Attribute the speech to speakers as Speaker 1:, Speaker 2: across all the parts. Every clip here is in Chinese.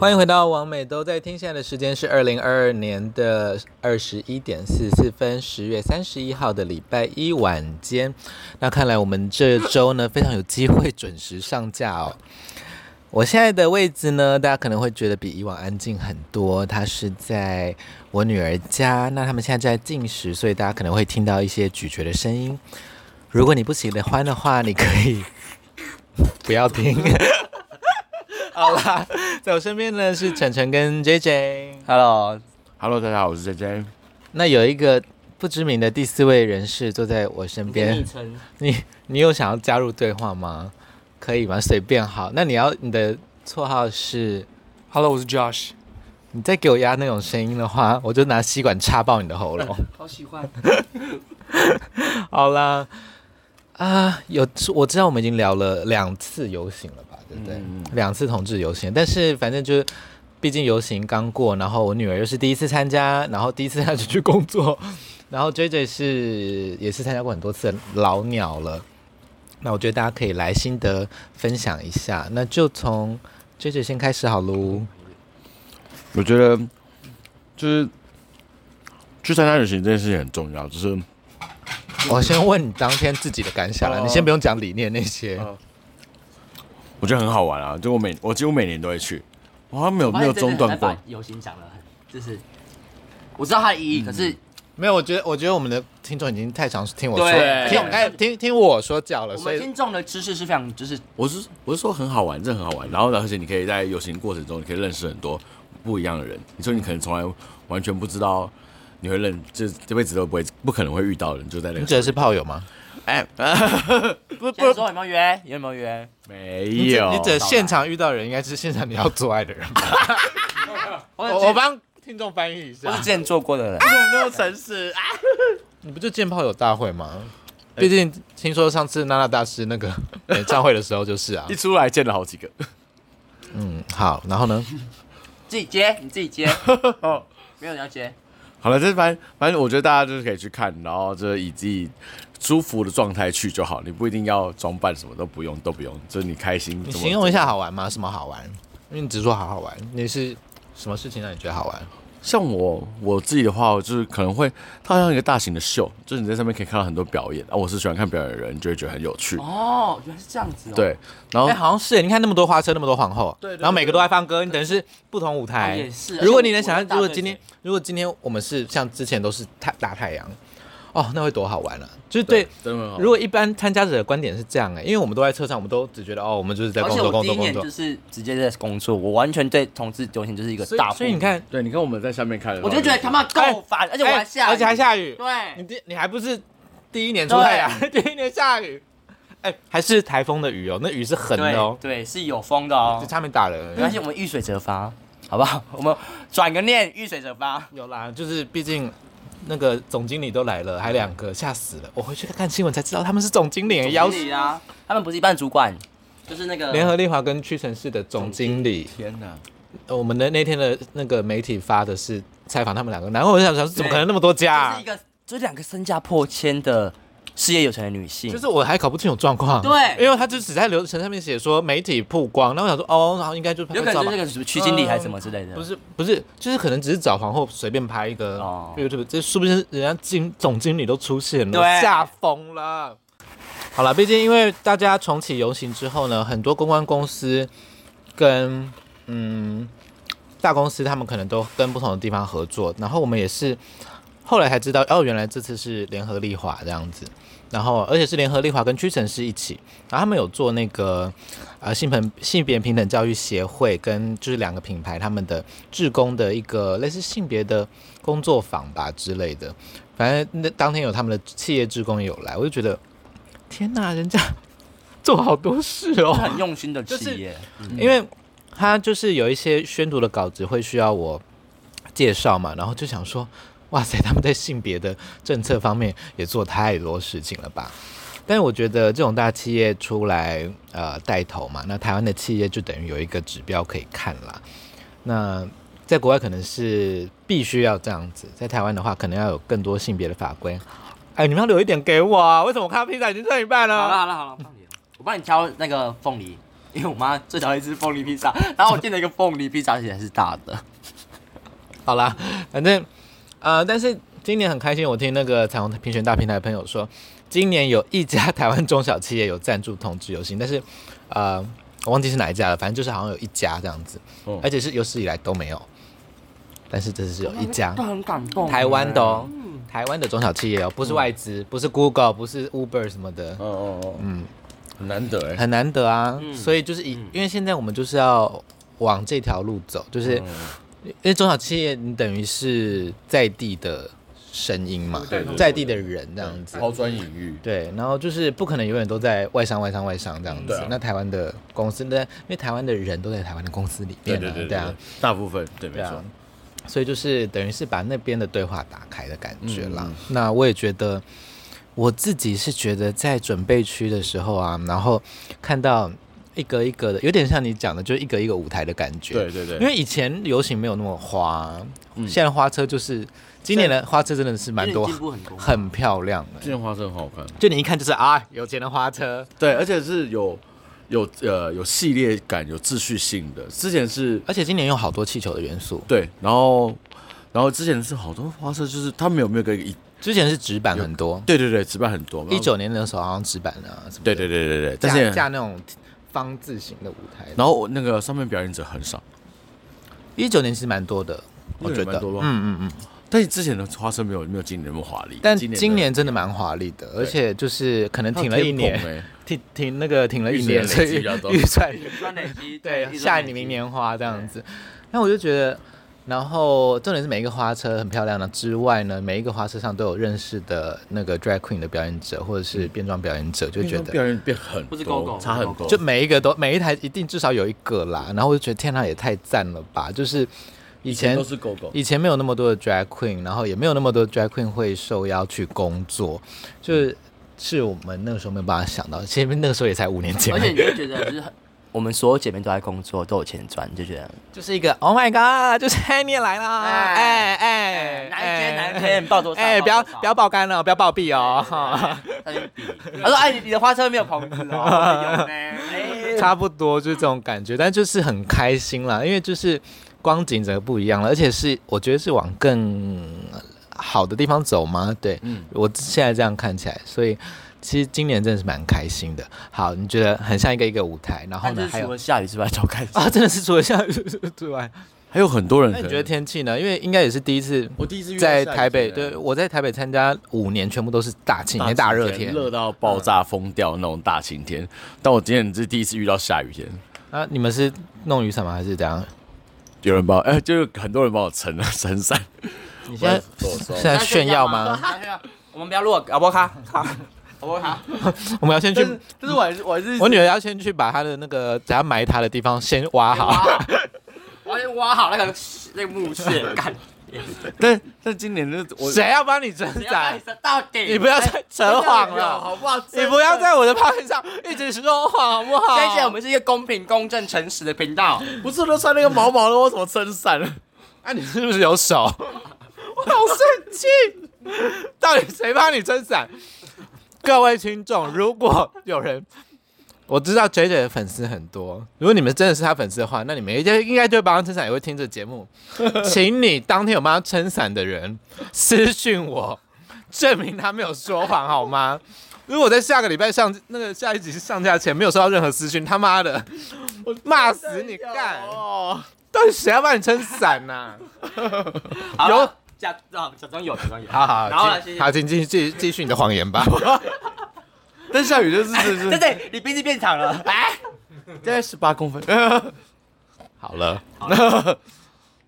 Speaker 1: 欢迎回到王美都在听，现在的时间是二零二二年的二十一点四十四分，十月三十一号的礼拜一晚间。那看来我们这周呢非常有机会准时上架哦。我现在的位置呢，大家可能会觉得比以往安静很多。它是在我女儿家，那他们现在在进食，所以大家可能会听到一些咀嚼的声音。如果你不喜欢的话，你可以不要听。好啦，在我身边呢是晨晨跟 J J。
Speaker 2: Hello，
Speaker 3: Hello，大家好，我是 J J。
Speaker 1: 那有一个不知名的第四位人士坐在我身边，
Speaker 2: 称
Speaker 1: 你你有想要加入对话吗？可以吗？随便好。那你要你的绰号是，
Speaker 4: Hello，我是 Josh。
Speaker 1: 你再给我压那种声音的话，我就拿吸管插爆你的 喉咙。
Speaker 2: 好喜欢。
Speaker 1: 好啦，啊，有我知道我们已经聊了两次游行了吧，对不对？
Speaker 3: 嗯嗯
Speaker 1: 两次同志游行，但是反正就是，毕竟游行刚过，然后我女儿又是第一次参加，然后第一次她就去工作，然后 J J 是也是参加过很多次的老鸟了。那我觉得大家可以来心得分享一下，那就从 J J 先开始好喽。
Speaker 3: 我觉得就是去参加旅行这件事情很重要，就是
Speaker 1: 我先问你当天自己的感想了，
Speaker 3: 哦
Speaker 1: 你先不用讲理念那些。
Speaker 3: 哦我觉得很好玩啊。就我每我几乎每年都会去，我好像没有没有中断过。。
Speaker 2: 有心讲了，就是我知道它的
Speaker 1: 嗯
Speaker 2: 意义，可是
Speaker 1: 没有，我觉得我觉得我们的听众已经太常听我说，
Speaker 2: 对
Speaker 1: 听哎听听我说教了，
Speaker 2: 我
Speaker 1: 所
Speaker 2: 们
Speaker 1: 以
Speaker 2: 听众的知识是非常就是
Speaker 3: 我是我是说很好玩，真的很好玩。然后呢，而且你可以在游行过程中，你可以认识很多不一样的人。你说你可能从来完全不知道你会认，这这辈子都不会不可能会遇到的人，就在那
Speaker 1: 你指的
Speaker 3: 个
Speaker 1: 是炮友吗？
Speaker 3: 哎，不
Speaker 2: 先
Speaker 3: 不
Speaker 2: 说有没有约，有没有约？
Speaker 1: 你
Speaker 3: 没
Speaker 1: 指
Speaker 3: 有，啊
Speaker 1: 你指的现场遇到的人应该是现场你要做爱的人吧？
Speaker 2: 我
Speaker 1: 我我
Speaker 2: 我
Speaker 1: 帮听众翻译一
Speaker 2: 我是
Speaker 1: 下
Speaker 2: 之，前做过 的人，
Speaker 3: 没有城市啊。
Speaker 1: 你不就见炮友大会吗？毕竟听说上次娜娜大师那 个演唱会的时候就是啊
Speaker 3: 一，出来见了好几个，
Speaker 1: 嗯，好，然后呢？
Speaker 2: 自己接，你自己 接，没有人要接。
Speaker 3: 好了，这反正反正我觉得大家就是可以去看，然后就是以自己舒服的状态去就好，你不一定要装扮什么都不用都不用，就是你开心。
Speaker 1: 你
Speaker 3: 怎么
Speaker 1: 形容一下，好玩吗？什么好玩？因为你只说好好玩，你是什么事情让你觉得好玩？
Speaker 3: 像我我自己的话，我就是可能会它好像一个大型的秀，就是你在上面可以看到很多表演啊，我是喜欢看表演的人，就会觉得很有趣。
Speaker 2: 哦，原来是这样子哦。，
Speaker 3: 对，然后、
Speaker 1: 哎、好像是耶，你看那么多花车，那么多皇后，
Speaker 3: 对对
Speaker 1: 然后每个都在放歌，你等于是不同舞台。
Speaker 2: 哦也是
Speaker 1: 如果你能想
Speaker 2: 而且
Speaker 1: 象，
Speaker 2: 我
Speaker 1: 如
Speaker 2: 我
Speaker 1: 果
Speaker 2: 大对
Speaker 1: 今天
Speaker 2: 决，
Speaker 1: 如果今天我们是像之前都是太大太阳，哦，那会多好玩啊！就是对。
Speaker 3: 真的很好
Speaker 1: 如果一般参加者的观点是这样哎、因为我们都在车上，我们都只觉得哦，我们就是在
Speaker 2: 而且
Speaker 1: 工作
Speaker 2: 我
Speaker 1: 工
Speaker 2: 第
Speaker 1: 作
Speaker 2: 一
Speaker 1: 工
Speaker 2: 年
Speaker 1: 作
Speaker 2: 就。是直接在工作，我完全对同志酒行就是一个
Speaker 1: 所
Speaker 2: 大
Speaker 1: 以所以你
Speaker 2: 不明，
Speaker 1: 看，
Speaker 3: 对，你看我们在下面看的话，
Speaker 2: 我就觉得他妈够烦，而且我还下雨，
Speaker 1: 哎哎而且还下雨，你
Speaker 2: 对，
Speaker 1: 第你还不是第一年出太阳， 第一年下雨，哎、还是台风的雨哦，那雨是狠的哦
Speaker 2: 对，对，是有风的哦
Speaker 1: 就。差点打人
Speaker 2: 没关
Speaker 1: 而已。
Speaker 2: 系，我们遇水则发，好不好？我们转个念，遇水则发。
Speaker 1: 有啦，就是毕竟那个总经理都来了，还两个，吓死了！我回去看新闻才知道他们是总经理，
Speaker 2: 总
Speaker 1: 要
Speaker 2: 经理啊，他们不是一般主管，就是那个
Speaker 1: 联合利华跟屈臣氏的总经理。
Speaker 3: 天哪，
Speaker 1: 呃我们的那天的那个媒体发的是采访他们两个，然后我就想说，怎么可能那么多家、啊
Speaker 2: 就是一个，就是两个身价破千的事业有成的女性，
Speaker 1: 就是我还搞不清楚状况，
Speaker 2: 对
Speaker 1: 因为他就只在流程上面写说媒体曝光，那我想说哦，然后应该就拍
Speaker 2: 有可能
Speaker 1: 拍照
Speaker 2: 就是
Speaker 1: 吧
Speaker 2: 那，个什么区经理还是什么之类的，
Speaker 1: 不是不是，就是可能只是找皇后随便拍一个
Speaker 2: 哦
Speaker 1: YouTube，、这是不是人家经总经理都出现了，
Speaker 2: 对
Speaker 1: 吓疯了。好了，毕竟因为大家重启游行之后呢，很多公关公司跟嗯大公司他们可能都跟不同的地方合作，然后我们也是后来才知道，哦，原来这次是联合利华这样子，然后而且是联合利华跟屈臣氏一起，然后他们有做那个呃性平性别平等教育协会跟就是两个品牌他们的志工的一个类似性别的工作坊吧之类的，反正那当天有他们的企业志工也有来，我就觉得天呐，人家 做好多事哦，
Speaker 2: 很用心的企业，
Speaker 1: 因为他就是有一些宣读的稿子会需要我介绍嘛，然后就想说，哇塞，他们在性别的政策方面也做太多事情了吧？ 但是我觉得这种大企业出来呃带头嘛，那台湾的企业就等于有一个指标可以看啦。那在国外可能是必须要这样子，在台湾的话可能要有更多性别的法规。哎，你们要留一点给我啊！为什么我看到披萨已经剩一半
Speaker 2: 好了
Speaker 1: 了？
Speaker 2: 好了好了，我帮你，我帮你挑那个凤梨，因为我妈最讨厌吃凤梨披萨，然后我订了一个凤梨披萨，而且还是大的。
Speaker 1: 好啦，反正呃，但是今年很开心，我听那个彩虹评选大平台的朋友说，今年有一家台湾中小企业有赞助同志游行，但是呃，我忘记是哪一家了，反正就是好像有一家这样子，
Speaker 3: 哦
Speaker 1: 而且是有史以来都没有，但是这是有一家
Speaker 2: 都很感动。
Speaker 1: 台湾的哦，台湾的中小企业哦，不是外资，不是 Google，不是 Uber 什么的，
Speaker 3: 哦哦哦，嗯，很难得哎、
Speaker 1: 很难得啊，所以就是以，因为现在我们就是要往这条路走，就是、
Speaker 3: 嗯
Speaker 1: 因为中小企业，你等于是在地的声音嘛，
Speaker 3: 对对对
Speaker 1: 在地的人这样子，
Speaker 3: 抛砖引玉，
Speaker 1: 对，然后就是不可能永远都在外商、外商、外商这样子。
Speaker 3: 对啊
Speaker 1: 那台湾的公司，那因为台湾的人都在台湾的公司里面、啊，啊，，
Speaker 3: 大部分对没
Speaker 1: 对
Speaker 3: 错
Speaker 1: 啊，，所以就是等于是把那边的对话打开的感觉啦。
Speaker 3: 嗯
Speaker 1: 那我也觉得，我自己是觉得在准备区的时候啊，然后看到一个一个的，有点像你讲的，就一个一个舞台的感觉。
Speaker 3: 对对对，嗯
Speaker 1: 因为以前游行没有那么花，现在花车就是今年的花车真的是蛮多
Speaker 2: 今年进步很多
Speaker 1: 很漂亮的、
Speaker 3: 这件花真的很好看，
Speaker 1: 就你一看就是啊，有钱的花车，
Speaker 3: 对，而且是有有呃有系列感、有秩序性的。之前是
Speaker 1: 而且今年有好多气球的元素，
Speaker 3: 对，然后然后之前是好多花车，就是他们有没有个一
Speaker 1: 之前是纸板很多，
Speaker 3: 对对对，值班很多，
Speaker 1: 一九年的时候好像纸板啊什么的，
Speaker 3: 对对对对对，但
Speaker 1: 架
Speaker 3: 是
Speaker 1: 架那种方字形的舞台，
Speaker 3: 然后那个上面表演者很少，哦
Speaker 1: 一九年其实蛮多的，我
Speaker 3: 19
Speaker 1: 觉
Speaker 3: 年
Speaker 1: 得
Speaker 3: 蛮多吧
Speaker 1: 嗯嗯嗯，
Speaker 3: 但是之前的花车没有没有今年那么华丽，
Speaker 1: 但
Speaker 3: 的
Speaker 1: 今年真的蛮华丽的，而且就是可能
Speaker 3: 它有
Speaker 1: 挺了一
Speaker 3: 天
Speaker 1: 年
Speaker 3: 棚，欸
Speaker 1: 挺挺那个挺了一年，
Speaker 3: 预算
Speaker 1: 所
Speaker 3: 累积
Speaker 1: 以
Speaker 3: 比较多
Speaker 1: 预算
Speaker 2: 专累积
Speaker 1: 对，下你明。年花这样子。那我就觉得，然后重点是每一个花车很漂亮的之外呢，每一个花车上都有认识的那个 drag queen 的表演者或者是变装表演者，就觉
Speaker 3: 那个表
Speaker 1: 得。
Speaker 3: 演变很
Speaker 2: 不是
Speaker 3: 多，
Speaker 2: GoGo，
Speaker 3: 差很多，
Speaker 1: 就每一个都每一台一定至少有一个啦，然后我就觉得天呐，也太赞了吧！就是以前
Speaker 3: 都是狗狗，
Speaker 1: 以前没有那么多的 drag queen，然后也没有那么多 drag queen 会受邀去工作，就是是我们那个时候没有办法想到，其实那个时候也才五年前而
Speaker 2: 而且
Speaker 1: 已，
Speaker 2: 你就觉得就是很， 我们所有姐妹都在工作，都有钱赚，你就觉得
Speaker 1: 就是一个 Oh my God，就是 哎你也来啦，哎
Speaker 2: 哎
Speaker 1: 哎，
Speaker 2: 哪一天哪一天报多少
Speaker 1: 哎，
Speaker 2: 报
Speaker 1: 不要
Speaker 2: 多少
Speaker 1: 不要爆肝了，不要暴毙哦，哈，
Speaker 2: 那就比。他说：“哎，你你的花车没有棚子哦，有 呢。哎
Speaker 1: 差不多就是这种感觉，但就是很开心啦，因为就是光景整个不一样了，而且是我觉得是往更好的地方走嘛，对，
Speaker 3: 嗯
Speaker 1: 我现在这样看起来，所以。其实今年真的是蛮开心的。好，你觉得很像一个一个舞台，然后
Speaker 2: 但
Speaker 1: 呢
Speaker 2: 是
Speaker 1: 还
Speaker 2: 除
Speaker 1: 有
Speaker 2: 了下雨之外都 开心。
Speaker 1: 啊，真的是除了下雨之外，
Speaker 3: 还有很多人
Speaker 1: 那你
Speaker 3: 可能。
Speaker 1: 觉得天气呢？因为应该也是第一次
Speaker 3: 我第一次遇到
Speaker 1: 在
Speaker 3: 下雨
Speaker 1: 台北，
Speaker 3: 天欸
Speaker 1: 对，我在台北参加五年，全部都是大晴天、大热天。
Speaker 3: 热到爆炸、疯掉那种大晴天。但我今天是第一次遇到下雨天，
Speaker 1: 啊，你们是弄雨伞吗？还是怎样？
Speaker 3: 有人帮我，哎、就是很多人帮我撑啊撑伞。
Speaker 1: 你现在
Speaker 3: 我手
Speaker 1: 是在炫耀吗？？
Speaker 2: 我们不要录了，搞不好卡卡，搞不好啊卡。
Speaker 1: 我们要先
Speaker 2: 但
Speaker 1: 去
Speaker 2: 是，但是我还是我还是
Speaker 1: 我女儿要先去把她的那个等下埋她的地方先挖好。
Speaker 2: 好，我先挖好那个那个木 屑，干。
Speaker 3: 但但今年就是 我
Speaker 1: 谁要帮你撑伞？
Speaker 2: 到底哎
Speaker 1: 你不要再扯谎了，
Speaker 2: 好不好？
Speaker 1: 你不要在我的旁边上一直说谎，好不好？
Speaker 2: 谢谢，我们是一个公平、公正、诚实的频道。
Speaker 3: 不是都穿那个毛毛的，我怎么撑伞？啊
Speaker 1: 那你是不是有手？ 我好生气！ 到底谁帮你撑伞？各位听众，如果有人，我知道 J J 的粉丝很多，如果你们真的是他粉丝的话，那你们应该应该就会帮他撑伞，也会听这节目。请你当天有帮他撑伞的人私讯我，证明他没有说谎好吗？如果在下个礼拜上那个下一集上架前没有收到任何私讯，他妈的，我骂死你干！
Speaker 3: 哦，
Speaker 1: 到底谁要帮你撑伞 呐、
Speaker 2: 好
Speaker 1: 有
Speaker 2: 了假啊，假装有，假装有。
Speaker 1: 好 好，
Speaker 2: 然后呢？
Speaker 1: 请
Speaker 2: 谢谢
Speaker 1: 好，。请继续继续你的谎言 吧。
Speaker 3: 但下雨就是是
Speaker 2: 对对，你鼻子变长 了。哎，
Speaker 3: 大概十八公分。
Speaker 1: 好了，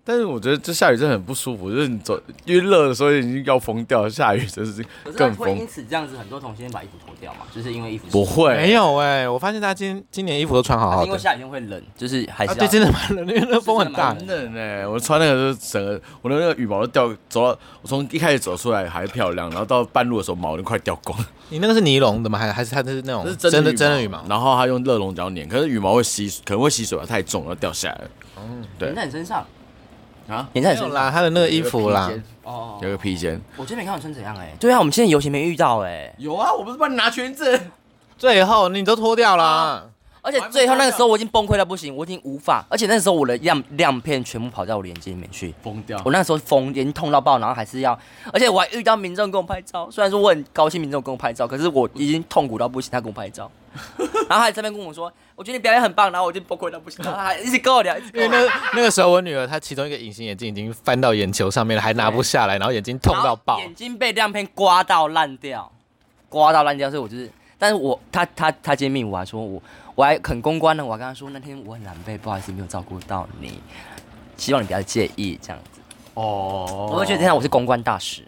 Speaker 3: 但是我觉得这下雨真的很不舒服，就是你走，因为热的时候已经要疯掉，下雨真是
Speaker 2: 可是
Speaker 3: 更
Speaker 2: 会因
Speaker 3: 疯。
Speaker 2: 此这样子，很多同性恋把衣服脱掉嘛？就是因为衣服
Speaker 3: 不会，
Speaker 1: 没有哎、我发现大家今今年衣服都穿好好
Speaker 2: 因为
Speaker 1: 的。
Speaker 2: 下雨天会冷，就是还
Speaker 1: 啊，
Speaker 2: 是
Speaker 1: 对，真的蛮冷的，因为那风很大
Speaker 2: 是真的蛮冷的。
Speaker 3: 冷哎、我穿那个就是整个，我的那个羽毛都掉，走到我从一开始走出来还漂亮，然后到半路的时候毛都快掉光，
Speaker 1: 你那个是尼龙的吗？还还是它是那种
Speaker 3: 这
Speaker 1: 真的哦真的羽毛？
Speaker 3: 然后他用热熔胶粘，可是羽毛会吸，可能会吸水吧，太重了掉下来了。
Speaker 2: 粘在你身上
Speaker 3: 啊，
Speaker 2: 粘在你
Speaker 1: 没有
Speaker 2: 身上。
Speaker 1: 啦，它的那个哦衣服啦
Speaker 3: 有一个披。肩
Speaker 2: 哦，
Speaker 3: 有一个披肩，
Speaker 2: 我真没看我穿怎样哎。对啊，我们现在游行没遇到哎。
Speaker 3: 有啊，我不是帮你拿裙子，
Speaker 1: 最后你都脱掉啦，
Speaker 2: 而且最后那个时候我已经崩溃到不行，我已经无法，而且那时候我的亮亮片全部跑到我眼睛里面去。
Speaker 3: 疯掉
Speaker 2: 我。那时候疯，眼睛痛到爆，然后还是要，而且我还遇到民众跟我拍照。虽然说我很高兴民众跟我拍照，可是我已经痛苦到不行，他跟我拍 照，然后还在那边跟我说，我觉得你表演很棒，然后我就崩溃到不行，然后他还一直跟我聊，一直
Speaker 1: 因
Speaker 2: 跟
Speaker 1: 为
Speaker 2: 我聊
Speaker 1: 那那个时候我女儿她其中一个隐形眼镜已经翻到眼球上面了，还拿不下来，然后眼睛痛到
Speaker 2: 然
Speaker 1: 爆
Speaker 2: 后。眼睛被亮片刮到烂掉，刮到烂掉，所以我就是，但是我他他他今天命我还说我我还很公关呢，我还跟他说那天我很狼狈，不好意思没有照顾到你，希望你不要介意这样子，
Speaker 3: 哦
Speaker 2: 我就觉得天啊我是公关大使，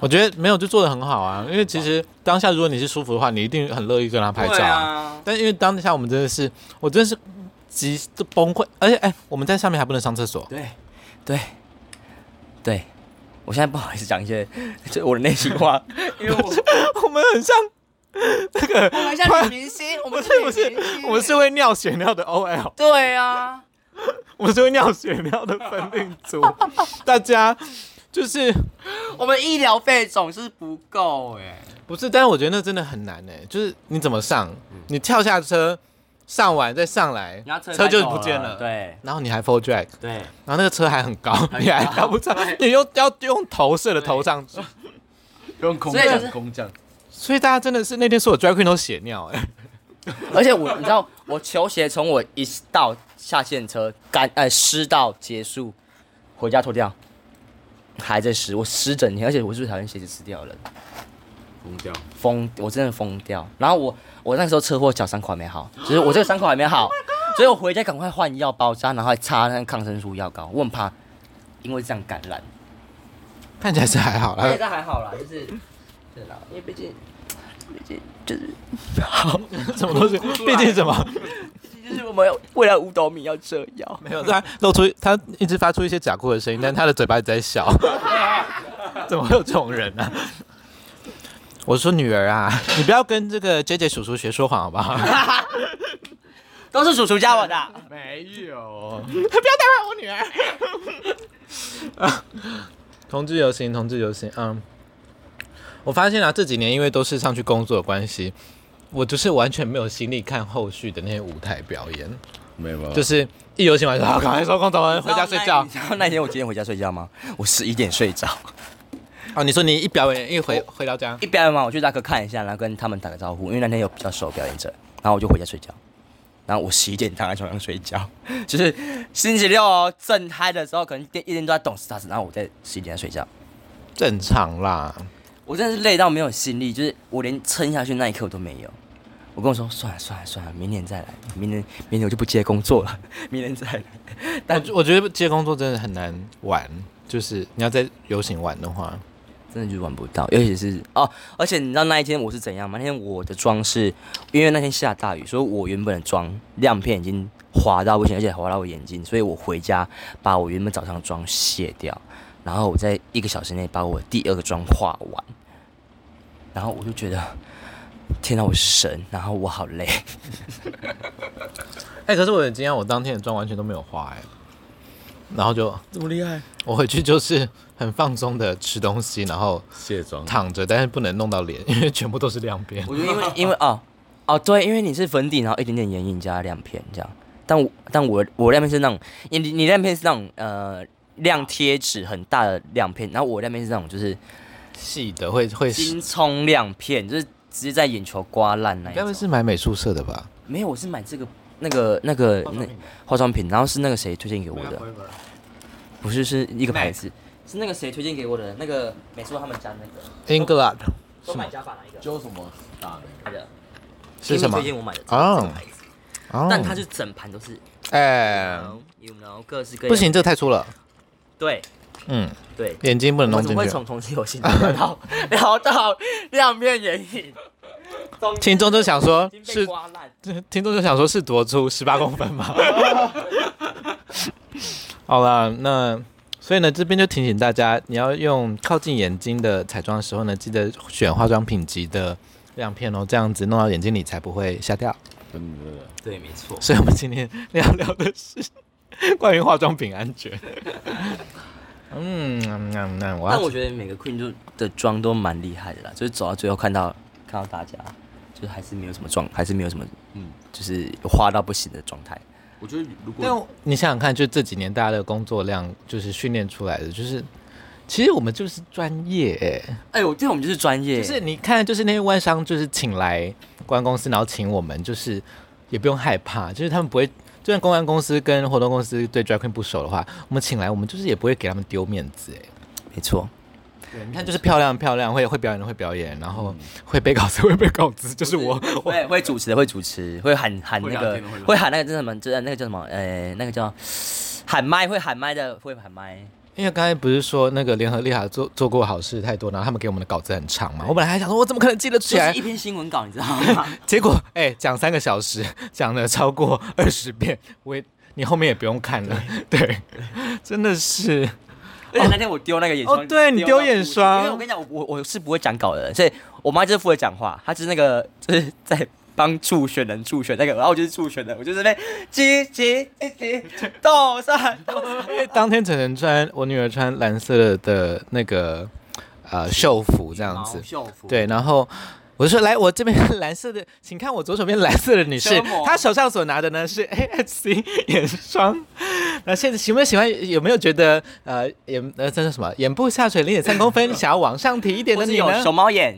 Speaker 1: 我觉得没有就做的很好啊，因为其实当下如果你是舒服的话，你一定很乐意跟她拍照啊。
Speaker 2: 啊，
Speaker 1: 但因为当下我们真的是，我真的是极度崩溃，而且哎、我们在上面还不能上厕所，
Speaker 2: 对对对，我现在不好意思讲一些这我的内心话，因为我
Speaker 1: 我们很像
Speaker 2: 我们像女明星，我们是女
Speaker 1: 不
Speaker 2: 明
Speaker 1: 是
Speaker 2: 星，
Speaker 1: 我们是会尿血尿的 OL，
Speaker 2: 对啊，
Speaker 1: 我们是会尿血尿的粉领 族，大家就是
Speaker 2: 我们医疗费总是不够哎、
Speaker 1: 不是？但是我觉得那真的很难哎、就是你怎么上？你跳下车，上完再上来
Speaker 2: 然后，车
Speaker 1: 车就
Speaker 2: 开走
Speaker 1: 不见
Speaker 2: 了
Speaker 1: 了，
Speaker 2: 对
Speaker 1: 然后你还 full drag，
Speaker 2: 对。
Speaker 1: 然后那个车还很 高，你还跳不上，你又要用投射的投上去，
Speaker 3: 用空
Speaker 2: 所以就是
Speaker 3: 降空降，
Speaker 1: 所以大家真的是那天所有 drag queen 都血尿哎、
Speaker 2: 而且我，你知道，我球鞋从我一到下线车干呃湿到结束，回家脱掉，还在湿，我湿整天，而且我是不是讨厌鞋子湿掉了，
Speaker 3: 疯掉。
Speaker 2: 疯，我真的疯掉。然后我我那时候车祸脚伤口还没好，就是我这个伤口还没
Speaker 1: ，Oh
Speaker 2: 好，所以我回家赶快换药包扎，然后还擦那个抗生素药膏，我很怕因为这样感染。
Speaker 1: 看起来是还好啦
Speaker 2: 现，在哎还好啦，就是对啦，因为毕竟毕竟就是好，
Speaker 1: 什么东西？毕竟什么
Speaker 2: 就是我们未来五斗米要这样。
Speaker 1: 没有，他露出他一直发出一些假哭的声音，但他的嘴巴一直在笑。 怎么会有这种人啊呢、我说女儿啊，你不要跟这个 J J 叔叔学说谎好不好？
Speaker 2: 都是叔叔教我的。
Speaker 3: 没 有，
Speaker 1: 同志游行，同志游行，嗯，我发现啊，这几年因为都是上去工作的关系，我就是完全没有心力看后续的那些舞台表演，
Speaker 3: 没有，
Speaker 1: 就是是一游行完就好，赶快收工，走人 回家睡觉
Speaker 2: 你。知道那天我几点回家睡觉吗？我十一点睡着。
Speaker 1: 哦，你说你一表演一回回到家，
Speaker 2: 一表演完我去大哥看一下，然后跟他们打个招呼，因为那天有比较熟的表演者，然后我就回家睡觉。然后我十一点躺在床上睡觉， 就是星期六哦，正嗨的时候，可能一天都在懂事大事，然后我在十一点睡觉。
Speaker 1: 正常啦。
Speaker 2: 我真的是累到没有心力，就是我连撑下去那一刻我都没有。我跟我说算了算了算了，明年再来，明年明年我就不接工作了， 明年再来。但
Speaker 1: 我我觉得接工作真的很难玩，就是你要在游行玩的话，
Speaker 2: 真的就是玩不到，尤其是哦，而且你知道那一天我是怎样吗？那天我的妆是，因为那天下大雨，所以我原本的妆亮片已经滑到不行，而且滑到我眼睛，所以我回家把我原本早上的妆卸掉，然后我在一个小时内把我第二个妆画完，然后我就觉得，天哪，我是神，然后我好累，
Speaker 1: 哎、可是我的经验，我当天的妆完全都没有化哎、然后就
Speaker 3: 这么厉害，
Speaker 1: 我回去就是很放松的吃东西，然后
Speaker 3: 卸妆
Speaker 1: 躺着，但是不能弄到脸，因为全部都是亮边。
Speaker 2: 我觉得因为因为哦哦对，因为你是粉底，然后一点点眼影加亮片这样。但我但我我亮片是那种，你你你亮片是那种呃亮贴纸很大的亮片，然后我亮片是那种就是
Speaker 1: 细的会会，
Speaker 2: 金葱亮片，就是直接在眼球刮烂那一
Speaker 1: 该不会
Speaker 2: 种。
Speaker 1: 是买美术社的吧？
Speaker 2: 没有，我是买这个那个那个那
Speaker 1: 嗯
Speaker 2: 化妆品，然后是那个谁推荐给我的，不是是一个牌子，是那个谁推荐给我的，那个美术他们家那个，
Speaker 1: England
Speaker 2: 都买加法哪一个？
Speaker 3: 揪什么打的？
Speaker 2: 他的
Speaker 1: 是什么
Speaker 2: 推？荐我买的
Speaker 1: 哦
Speaker 2: 这个牌子，
Speaker 1: 哦
Speaker 2: 但它是整盘都是
Speaker 1: 哎、
Speaker 2: 有没有各式各样？
Speaker 1: 不，行，这太粗了。
Speaker 2: 对
Speaker 1: 嗯，
Speaker 2: 对，
Speaker 1: 眼睛不能
Speaker 2: 我
Speaker 1: 弄
Speaker 2: 怎
Speaker 1: 进
Speaker 2: 么会
Speaker 1: 去。
Speaker 2: 从同志游戏聊到 聊到亮面眼影？中
Speaker 1: 听众就想说
Speaker 2: 已经被
Speaker 1: 是，
Speaker 2: 刮烂，
Speaker 1: 听众就想说是多 粗，十八公分吗？好啦，那所以呢，这边就提醒大家，你要用靠近眼睛的彩妆的时候呢，记得选化妆品级的亮片哦，这样子弄到眼睛里才不会瞎掉。
Speaker 3: 真的真的，
Speaker 2: 对，没错。
Speaker 1: 所以我们今天要聊的是关于化妆品安全。 嗯，那、那我
Speaker 2: 但
Speaker 1: 要
Speaker 2: 我觉得每个 queen 就的妆都蛮厉害的啦，就是走到最后看到看到大家，就是还是没有什么状，还是没有什么，嗯，就是花到不行的状态。
Speaker 3: 我觉得如果
Speaker 1: 但你想想看，就这几年大家的工作量，就是训练出来的，就是其实我们就是专业、欸，
Speaker 2: 哎、我觉得我们就是专业，
Speaker 1: 就是你看，就是那些外商就是请来公关公司，然后请我们，就是也不用害怕，就是他们不会，就算公关公司跟活动公司对 drag queen 不熟的话，我们请来，我们就是也不会给他们丢面子、欸，
Speaker 2: 没错，
Speaker 1: 哎，你看就是漂亮漂亮，会会表演的会表演，然后会背稿子会背稿子，就是我 我
Speaker 2: 会会主持的会主持，会喊喊那
Speaker 3: 会聊
Speaker 2: 个
Speaker 3: 天的会聊天
Speaker 2: 会喊那个叫什么，就是那个叫什么，呃，那个叫喊麦会喊麦的会喊麦，
Speaker 1: 因为刚才不是说那个联合利华做做过好事太多，然后他们给我们的稿子很长嘛，我本来还想说我怎么可能记得起
Speaker 2: 就
Speaker 1: 来
Speaker 2: 是一，篇新闻稿，你知道 吗？
Speaker 1: 结果哎讲三个小时， 讲了超过二十遍，我也你后面也不用看了，对，真的是。
Speaker 2: 而且那天我丢那个眼霜，
Speaker 1: 哦对你
Speaker 2: 到
Speaker 1: 丢眼霜
Speaker 2: 因为我跟你讲，我我我是不会讲稿的人，所以我妈就是负责讲话，她就是那个就是在帮助选人助选那个，然后我就是助选人，我就是在那边积极积极斗善斗善，
Speaker 1: 因为当天晨晨穿我女儿穿蓝色的那个呃秀服这样子，
Speaker 2: 校服，
Speaker 1: 对，然后我就说来，我这边蓝色的，请看我左手边蓝色的女士
Speaker 2: 遮膜，
Speaker 1: 她手上所拿的呢是 AFC 眼霜。那现在喜不喜欢？有没有觉得呃眼呃这是什么？眼部下垂零点三公分，想要往上提一点
Speaker 2: 我
Speaker 1: 的
Speaker 2: 是
Speaker 1: 你
Speaker 2: 有
Speaker 1: 呢？
Speaker 2: 熊猫眼，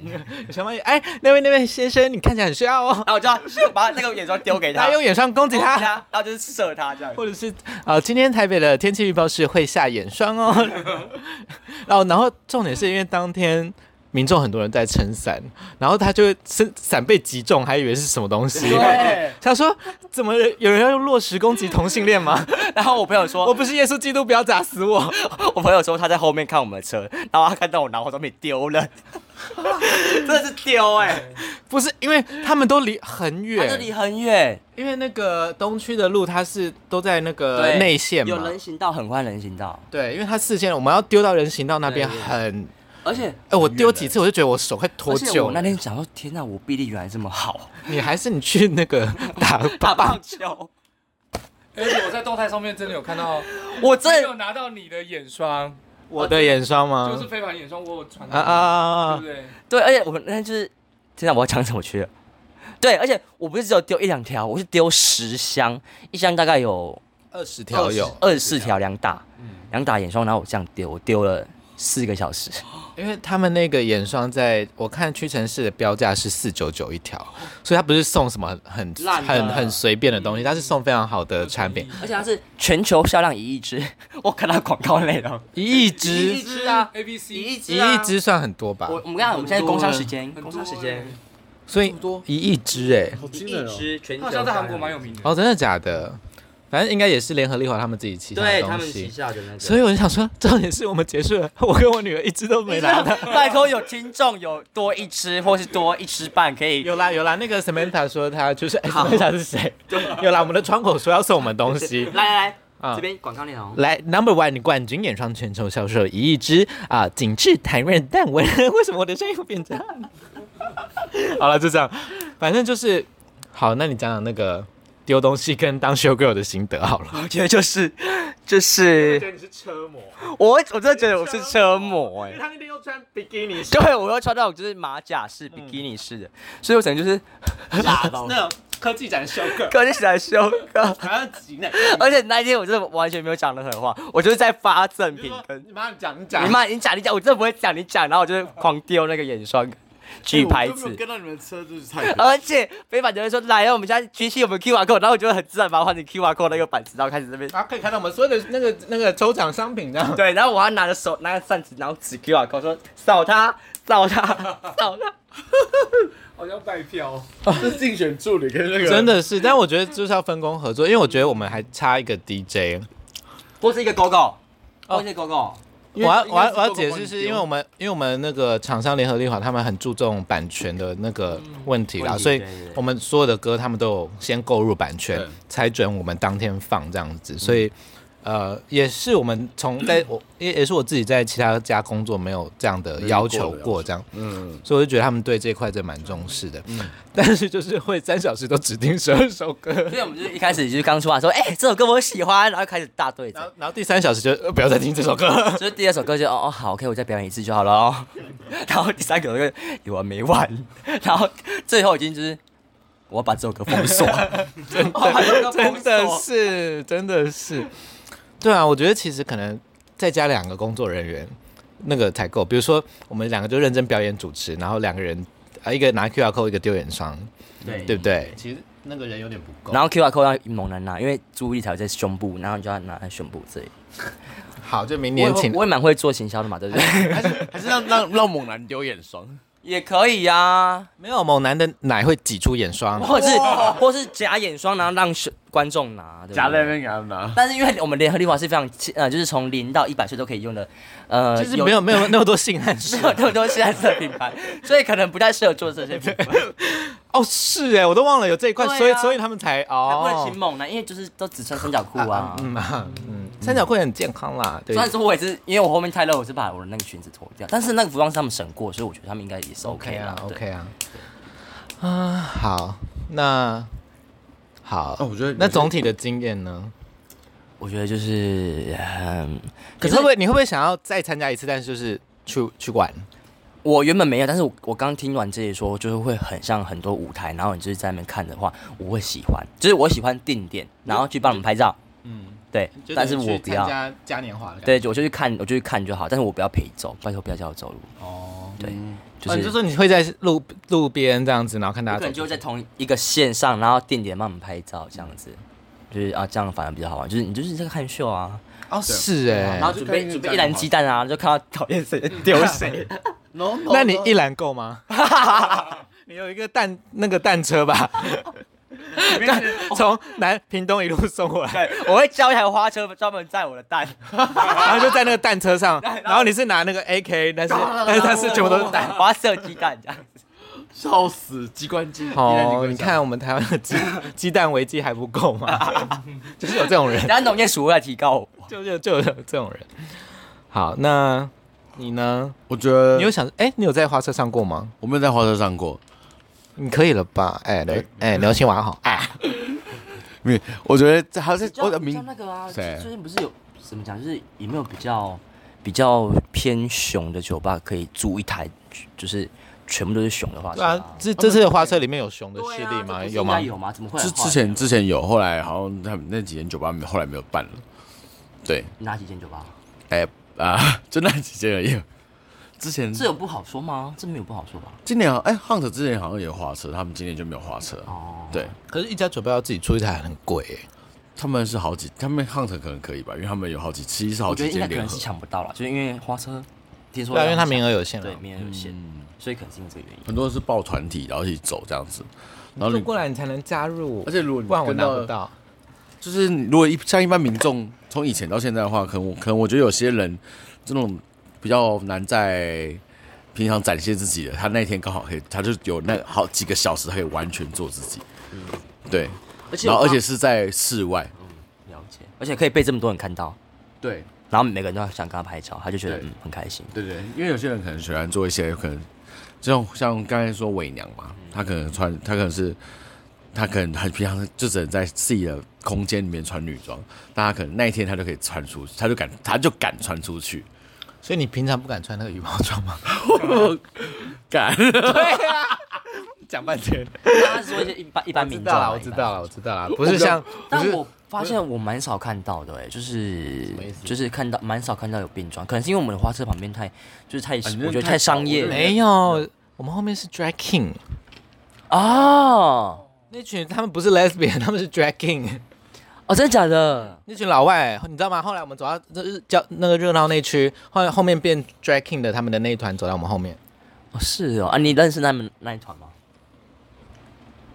Speaker 1: 小猫眼，哎，那位那位先生，你看起来很需 要哦。
Speaker 2: 然后我就要把那个眼霜丢给
Speaker 1: 他
Speaker 2: 她，
Speaker 1: 用眼霜攻击他。
Speaker 2: 然后就是射她这样。
Speaker 1: 或者是呃，今天台北的天气预报是会下眼 霜哦。然后，然后重点是因为当天民众很多人在撑伞，然后他就会身伞被击中，还以为是什么东西。
Speaker 2: 对，
Speaker 1: 他说：“怎么有人要用落石攻击同性 恋吗？
Speaker 2: 然后我朋友说，
Speaker 1: 我
Speaker 2: 我
Speaker 1: 不是耶稣基督，不要砸死我！
Speaker 2: 我朋友说他在后面看我们的车，然后他看到我拿化妆品丢 了，真的是丢哎、
Speaker 1: 不是，因为他们都离很
Speaker 2: 他这
Speaker 1: 远，
Speaker 2: 离很远，
Speaker 1: 因为那个东区的路它是都在那个
Speaker 2: 对
Speaker 1: 内线
Speaker 2: 有
Speaker 1: 嘛
Speaker 2: 人，行道，很快人行道，
Speaker 1: 对，因为它视线我们要丢到人行道那边
Speaker 2: 对对
Speaker 1: 很，
Speaker 2: 而且
Speaker 1: 哎，我丢几次我就觉得我手快脱
Speaker 2: 而且
Speaker 1: 臼
Speaker 2: 我
Speaker 1: 了。
Speaker 2: 那天想说，天哪，我臂力原来这么好，
Speaker 1: 你还是你去那个打
Speaker 2: 打
Speaker 1: 棒
Speaker 2: 棒球，
Speaker 4: 而且我在动态上面真的有看到，
Speaker 2: 我
Speaker 4: 没
Speaker 2: 真
Speaker 4: 有
Speaker 2: 的
Speaker 4: 拿到你的眼霜，
Speaker 1: 我的眼霜吗？
Speaker 4: 就是非凡眼霜，我有传给
Speaker 1: 嗯啊
Speaker 4: 你
Speaker 1: 啊
Speaker 4: 对
Speaker 1: 啊啊
Speaker 4: 不！对？
Speaker 2: 对，而且我那天就是，天哪，我要讲什么去了？对，而且我不是只有丢一两条，我是丢十箱，一箱大概有
Speaker 1: 二十条嗯有，
Speaker 2: 二十四条，两打，两打眼霜，然后我这样丢，我丢了四个小时。
Speaker 1: 因为他们那个眼霜在我看屈臣氏的标价是四九九一条，所以它不是送什么很
Speaker 2: 哦烂的嗯
Speaker 1: 很很随便的东西，它是送非常好的产品，
Speaker 2: 而且它是全球销量一亿支， 我看到广告内容，
Speaker 1: 一亿
Speaker 2: 一亿
Speaker 1: 支，
Speaker 2: 支啊，
Speaker 4: ，A B C，
Speaker 2: 一亿支
Speaker 1: 一
Speaker 2: 啊
Speaker 1: 亿。支算很多吧
Speaker 2: 我？我们刚刚我们现在工商时间，工商时间，
Speaker 4: 欸
Speaker 1: 所以一亿支哎，
Speaker 3: 好
Speaker 2: 一
Speaker 3: 惊人
Speaker 2: 亿
Speaker 3: 哦！
Speaker 2: 支全
Speaker 4: 他
Speaker 2: 球
Speaker 4: 好像在韩国蛮有名的。
Speaker 1: 哦，真的假的？反正应该也是联合利华他们自己旗下的
Speaker 2: 对他
Speaker 1: 东
Speaker 2: 们旗
Speaker 1: 西。
Speaker 2: 下的那个，
Speaker 1: 所以我就想说，重点是我们结束了，我跟我女儿一支都没拿到。
Speaker 2: 拜托有听众有多一支或是多一支半可以，
Speaker 1: 有啦有啦，那个 Samantha 说她就是、哎 Samantha 是谁？有啦，我们的窗口说要送我们东西
Speaker 2: 来来来，
Speaker 1: 啊
Speaker 2: 这。边广告内容。
Speaker 1: 来，Number One 冠军眼霜全球销售一亿支啊，紧致弹润淡纹。 为什么我的声音又变这样？ 好了，就这样，反正就是好。那你讲讲那个丢东西跟当 show girl 的心得好了。
Speaker 2: 我觉得就是就是，
Speaker 4: 你是车模，
Speaker 2: 我我真的觉得我是车模哎、
Speaker 4: 他那天又穿比基尼，
Speaker 2: 对，我要穿那种就是马甲式、
Speaker 4: 嗯
Speaker 2: 比基尼式的，所以我整个就是
Speaker 3: 吓到
Speaker 4: 那种科技展修个，
Speaker 2: 隔天起来 修个。
Speaker 4: 还
Speaker 1: 啊
Speaker 4: 要挤奶。
Speaker 2: 而且那一天我真的完全没有讲任何话，我就是在发赠
Speaker 4: 你
Speaker 2: 品
Speaker 4: 说
Speaker 2: 跟
Speaker 4: 你妈你讲你
Speaker 2: 你
Speaker 4: 讲，
Speaker 2: 妈你讲你讲，我真的不会讲你讲，然后我就是狂丢那个眼霜，举牌
Speaker 3: 哎我都没有
Speaker 2: 子。
Speaker 3: 跟到你们车就是太
Speaker 2: 而且非凡就会说来，哦我们现在举起我们 QR code，然后我就会很自然把它换成 QR code 那个板子，然后开始这 边。
Speaker 1: 然后可以看到我们所有的那个那个抽奖商品这样。
Speaker 2: 对，然后我还拿着手拿着扇子，然后指 QR code 说扫它，扫它， 扫它。
Speaker 4: 好像拜票哦。
Speaker 3: 是竞选助理跟那 个
Speaker 1: 真的是，但我觉得就是要分工合作，因为我觉得我们还差一个 DJ。
Speaker 2: 我是一个狗狗，
Speaker 3: 哦
Speaker 2: 我是一个狗 狗。
Speaker 1: 我要我要我要
Speaker 3: 因为
Speaker 1: 解
Speaker 3: 应该是做个
Speaker 1: 释，是
Speaker 3: 环
Speaker 1: 因为我们因为我们那个厂商联合利华，他们很注重版权的那个问题
Speaker 3: 嗯
Speaker 1: 啦，
Speaker 2: 问题
Speaker 1: 所以
Speaker 2: 对对对
Speaker 1: 我们所有的歌他们都有先购入版权
Speaker 3: 对，嗯
Speaker 1: 才准我们当天放这样子，所以呃，也是我们从在我也也是我自己在其他家工作没有这样的要求
Speaker 3: 没有过
Speaker 1: 过
Speaker 3: 的
Speaker 1: 这样，
Speaker 3: 嗯，
Speaker 1: 所以我就觉得他们对这一块真的蛮重视的。但是就是会三小时都指定十二首歌，
Speaker 2: 所以我们就是一开始就是刚出来说，哎、这首歌我喜欢，然后开始大对唱。
Speaker 1: 然后然后第三小时就、呃不要再听这首 歌了。
Speaker 2: 所以第二首歌就哦哦好，OK，我再表演一次就好了哦。 然后第三首歌有完没完，然后最后已经就是我要把这首歌封锁， 真的
Speaker 1: 真的是，真的是。 对啊，我觉得其实可能再加两个工作人员，那个才够。比如说，我们两个就认真表演主持，然后两个人啊，一个拿 QR code，一个丢眼霜，
Speaker 2: 对
Speaker 1: 对不对？其实那个人有点不够
Speaker 2: 然后 QR code 要猛男拿，因为注意力才会在胸部，然后你就要拿在胸部这里。
Speaker 1: 好，就明
Speaker 2: 我也
Speaker 1: 年
Speaker 2: 会
Speaker 1: 请
Speaker 2: 我也蛮会做行销的嘛，对不对？
Speaker 3: 还是让让让猛男丢眼霜，
Speaker 2: 也可以呀、啊，
Speaker 1: 没有猛男的奶会挤出眼霜，
Speaker 2: 或者是或是假眼霜，然后让是观众拿，对不对
Speaker 3: 夹在那边给他们拿。
Speaker 2: 但是因为我们联合利华是非常轻呃，就是从零到一百岁都可以用的，呃，
Speaker 1: 就是没有没有那 么多性暗示
Speaker 2: 没 有那么多现在的品牌，所以可能不太适合做这些品牌，
Speaker 1: 哦，是哎，我都忘了有这一块，
Speaker 2: 对啊
Speaker 1: 所以所以他们才
Speaker 2: 还不能
Speaker 1: 哦
Speaker 2: 请，猛啊男，因为就是都只穿三角裤啊。
Speaker 1: 嗯啊嗯，三角裤也很健康啦，对
Speaker 2: 虽，然说我也是，因为我后面太热，我是把我的那个裙子脱掉，但是那个服装是他们审过，所以我觉得他们应该也是 OK 啦
Speaker 1: 啊。
Speaker 2: 对
Speaker 1: ，OK 啊，啊，好，那好，
Speaker 3: 哦我觉得
Speaker 1: 那总体的经验呢？
Speaker 2: 我觉得就是，嗯，
Speaker 1: 可
Speaker 2: 可
Speaker 1: 是
Speaker 2: 是
Speaker 1: 会不会你会不会想要再参加一次？但是就是去去玩，
Speaker 2: 我原本没有，但是我我刚听完这些说，就是会很像很多舞台，然后你就是在那边看的话，我会喜欢，就是我喜欢定点，然后去帮你们拍照，
Speaker 1: 嗯，
Speaker 2: 对，但是我不要。
Speaker 1: 加嘉年华的
Speaker 2: 对，我就去看，我就去看就好，但是我不要陪走，拜托不要叫我走路。
Speaker 1: 哦，
Speaker 2: 对，就、
Speaker 3: 嗯
Speaker 1: 就是是说你会在路路边这样子，然后看大
Speaker 2: 我
Speaker 1: 家
Speaker 2: 可能
Speaker 1: 走
Speaker 2: 就在同一个线上，然后定点帮我们拍照这样子，就是啊，这样反而比较好玩。就是你就是在看秀啊，
Speaker 1: 哦，是哎
Speaker 2: 然，后准备
Speaker 3: 就可以
Speaker 2: 准备
Speaker 3: 这样
Speaker 2: 一篮鸡蛋啊，就看到讨厌谁丢谁。
Speaker 4: no no，
Speaker 2: 哦
Speaker 1: 那你一栏 够吗？你有一个蛋那个蛋车吧，从南屏东一路送过来，
Speaker 2: 哦对，我会叫一台花车专门载我的蛋，
Speaker 1: 然后就在那个蛋车上，然后你是拿那个 AK，但是 但是它是全部都是蛋。
Speaker 2: 我要射鸡蛋这样子。
Speaker 3: 笑死，机关机。
Speaker 1: 哦，你看我们台湾的 鸡鸡蛋危机还不够吗？ 就是有这种 人，
Speaker 2: 然后农业署会来提高我，
Speaker 1: 就就就有这种人。好，那你呢？
Speaker 3: 我觉得
Speaker 1: 你有想哎、你有在花车上过吗？
Speaker 3: 我没有在花车上过，
Speaker 1: 你可以了吧？哎、刘哎刘青娃好哎，
Speaker 3: 没有，我觉得这还是我
Speaker 2: 我
Speaker 3: 的
Speaker 2: 比较
Speaker 3: 名
Speaker 2: 那个啊，
Speaker 3: 谁
Speaker 2: 最近不是有怎么讲，就是有没有比较比较偏熊的酒吧可以租一台，就是全部都是熊的话，
Speaker 1: 对啊，这这次的花车里面有熊的势
Speaker 2: 对啊
Speaker 1: 力吗？
Speaker 2: 这不是
Speaker 1: 有
Speaker 2: 应该
Speaker 1: 吗？
Speaker 2: 有吗？怎么会有
Speaker 3: 之
Speaker 2: 话题？
Speaker 3: 之前之前有，后来好像他们那几间酒吧没后来没有办了。对，
Speaker 2: 哪几间酒吧？
Speaker 3: 哎啊，就那几间而已。之前
Speaker 2: 这有不好说吗？这没有不好说吧？
Speaker 3: 今年好哎，Hunt 之前好像也有花车，他们今年就没有花车。
Speaker 2: 哦，
Speaker 3: 对，
Speaker 1: 可是，一家酒吧要自己出一台很贵哎、
Speaker 3: 他们是好几，他们 Hunt 可能可以吧，因为他们有好几，其实是好
Speaker 2: 我觉
Speaker 3: 几
Speaker 2: 得应该
Speaker 3: 间
Speaker 2: 可
Speaker 3: 联
Speaker 2: 能
Speaker 3: 合
Speaker 2: 是。抢不到了，就是因为花车听说
Speaker 1: 对啊，因为它
Speaker 2: 没
Speaker 1: 名额有限了
Speaker 2: 对。名额有限，所以可能是因为这个原因。
Speaker 3: 很多是报团体，然后一起走这样子。然后
Speaker 1: 就
Speaker 3: 你，
Speaker 1: 过来你才能加入，
Speaker 3: 而且如果你
Speaker 1: 不然我
Speaker 3: 跟
Speaker 1: 拿
Speaker 3: 到
Speaker 1: 不到。
Speaker 3: 就是你如果一像一般民众从以前到现在的话，可能我可能我觉得有些人这种比较难在平常展现自己的，他那天刚好可以，他就有那好几个小时，他可以完全做自己。对，
Speaker 2: 而且
Speaker 3: 然
Speaker 2: 我
Speaker 3: 后而且
Speaker 2: 刚
Speaker 3: 啊是在室外。
Speaker 2: 了解，而且可以被这么多人看到，
Speaker 3: 对
Speaker 2: 然后每个人都要想跟他拍照，他就觉得
Speaker 3: 对
Speaker 2: 嗯很开心。
Speaker 3: 对对，因为有些人可能喜欢做一些可能，就像像刚才说伪娘嘛，她可能穿，她可能是。她可能很平常，就只能在自己的空间里面穿女装，但她可能那一天她就可以穿出，她就敢，她就敢穿出去，
Speaker 1: 所以你平常不敢穿那个羽毛装 吗？
Speaker 3: 敢。
Speaker 1: 讲半天，
Speaker 2: 他是说一些一般一般
Speaker 1: 啊我知
Speaker 2: 民众
Speaker 1: 道
Speaker 2: 啊，
Speaker 1: 啦，我知道啦，我知道啦，不
Speaker 3: 我
Speaker 1: 是
Speaker 3: 比较
Speaker 1: 像
Speaker 2: 一
Speaker 1: 不
Speaker 2: 般。
Speaker 1: 是
Speaker 2: 但我发现我蛮少看到的、哎，就是
Speaker 1: 意思
Speaker 2: 就是看到蛮少看到有变装，可能是因为我们的花车旁边太就是太、
Speaker 3: 反正
Speaker 2: 我觉得
Speaker 3: 太
Speaker 2: 太商业
Speaker 3: 早了
Speaker 1: 没有，我们后面是 drag king，
Speaker 2: 哦
Speaker 1: 那群他们不是 lesbian，他们是 drag king，
Speaker 2: 哦，真的假的？
Speaker 1: 那群老外，你知道吗？后来我们走到就是叫那个热闹那区，后来后面变 drag king 的他们的那一团走到我们后面，
Speaker 2: 哦，是哦，啊，你认识他们那一团吗？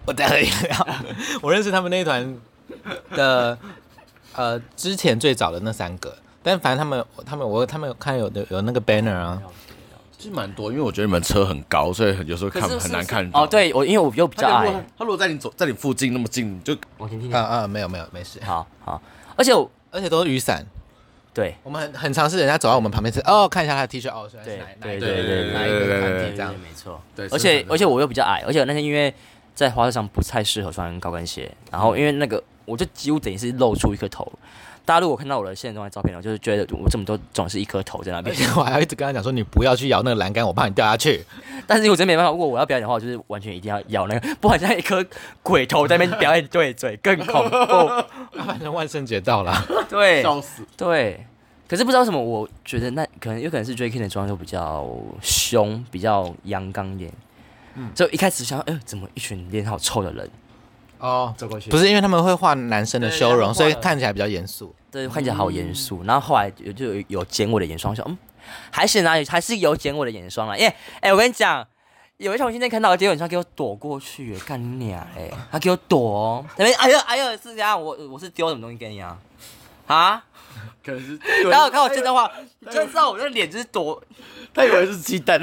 Speaker 1: 我在喝饮料，我认识他们那一团的呃之前最早的那三个，但反正他们他们我他们有看有的有那个 banner 啊，
Speaker 3: 是蛮多，因为我觉得你们车很高，所以很有时候看很难看到。
Speaker 2: 哦，，对我，因为我又比较
Speaker 3: 他如
Speaker 2: 矮
Speaker 3: 果，他如果在你走在你附近那么近，你就
Speaker 2: 我先听
Speaker 1: 啊啊没有没有没事，
Speaker 2: 好好，而且我
Speaker 1: 而且都是雨伞。
Speaker 2: 对，
Speaker 1: 我们很很常是人家走到我们旁边是哦，看一下他的 T 恤哦，是
Speaker 2: 对
Speaker 1: 哪哪
Speaker 2: 对
Speaker 1: 一
Speaker 2: 对
Speaker 1: 个
Speaker 2: 对
Speaker 1: 哪一
Speaker 3: 对对
Speaker 1: 个
Speaker 3: 对
Speaker 1: 团
Speaker 3: 对
Speaker 1: 体这样。
Speaker 2: 没错。
Speaker 3: 对
Speaker 2: 而
Speaker 3: 身
Speaker 2: 且
Speaker 3: 材的
Speaker 2: 而且我又比较矮，而且我那天因为在滑雪场不太适合穿高跟鞋，然后因为那个我就几乎等于是露出一颗头。大家如果看到我的现状的照片，我就是觉得我这么多总是一颗头在那
Speaker 1: 而
Speaker 2: 边，
Speaker 1: 且我还要一直跟他讲说，你不要去摇那个栏杆，我怕你掉下去。
Speaker 2: 但是我真没办法，如果我要表演的话，我就是完全一定要咬那个，不然像一颗鬼头在那边表演对嘴更恐 怖。
Speaker 1: 啊反正万圣节到了，
Speaker 2: 对
Speaker 3: 笑死，
Speaker 2: 对，可是不知道为什么，我觉得那可能有可能是 j a k i n 的妆就比较凶，比较阳刚一点。就一开始想，哎、呃，怎么一群脸好臭的人，
Speaker 1: 哦，
Speaker 4: 走过去
Speaker 1: 不是因为他们会画男生的
Speaker 4: 对
Speaker 1: 修容，
Speaker 4: 他
Speaker 1: 所
Speaker 4: 们画
Speaker 1: 以
Speaker 4: 了
Speaker 1: 看起来比较严肃。
Speaker 2: 对，看起来好严肃。然后后来有就有有剪我的眼霜，我想嗯，还是哪里还是有剪我的眼霜了，因为哎、我跟你讲，有一场我今天看到剪我眼霜给我躲过去，干你娘哎、他给我躲哦，那边哎呦哎呦是这样，我我是丢什么东西给你啊？啊！
Speaker 3: 可能是
Speaker 2: 然后我看我真的话，你就知道我的脸就是躲。
Speaker 3: 他以为是鸡蛋，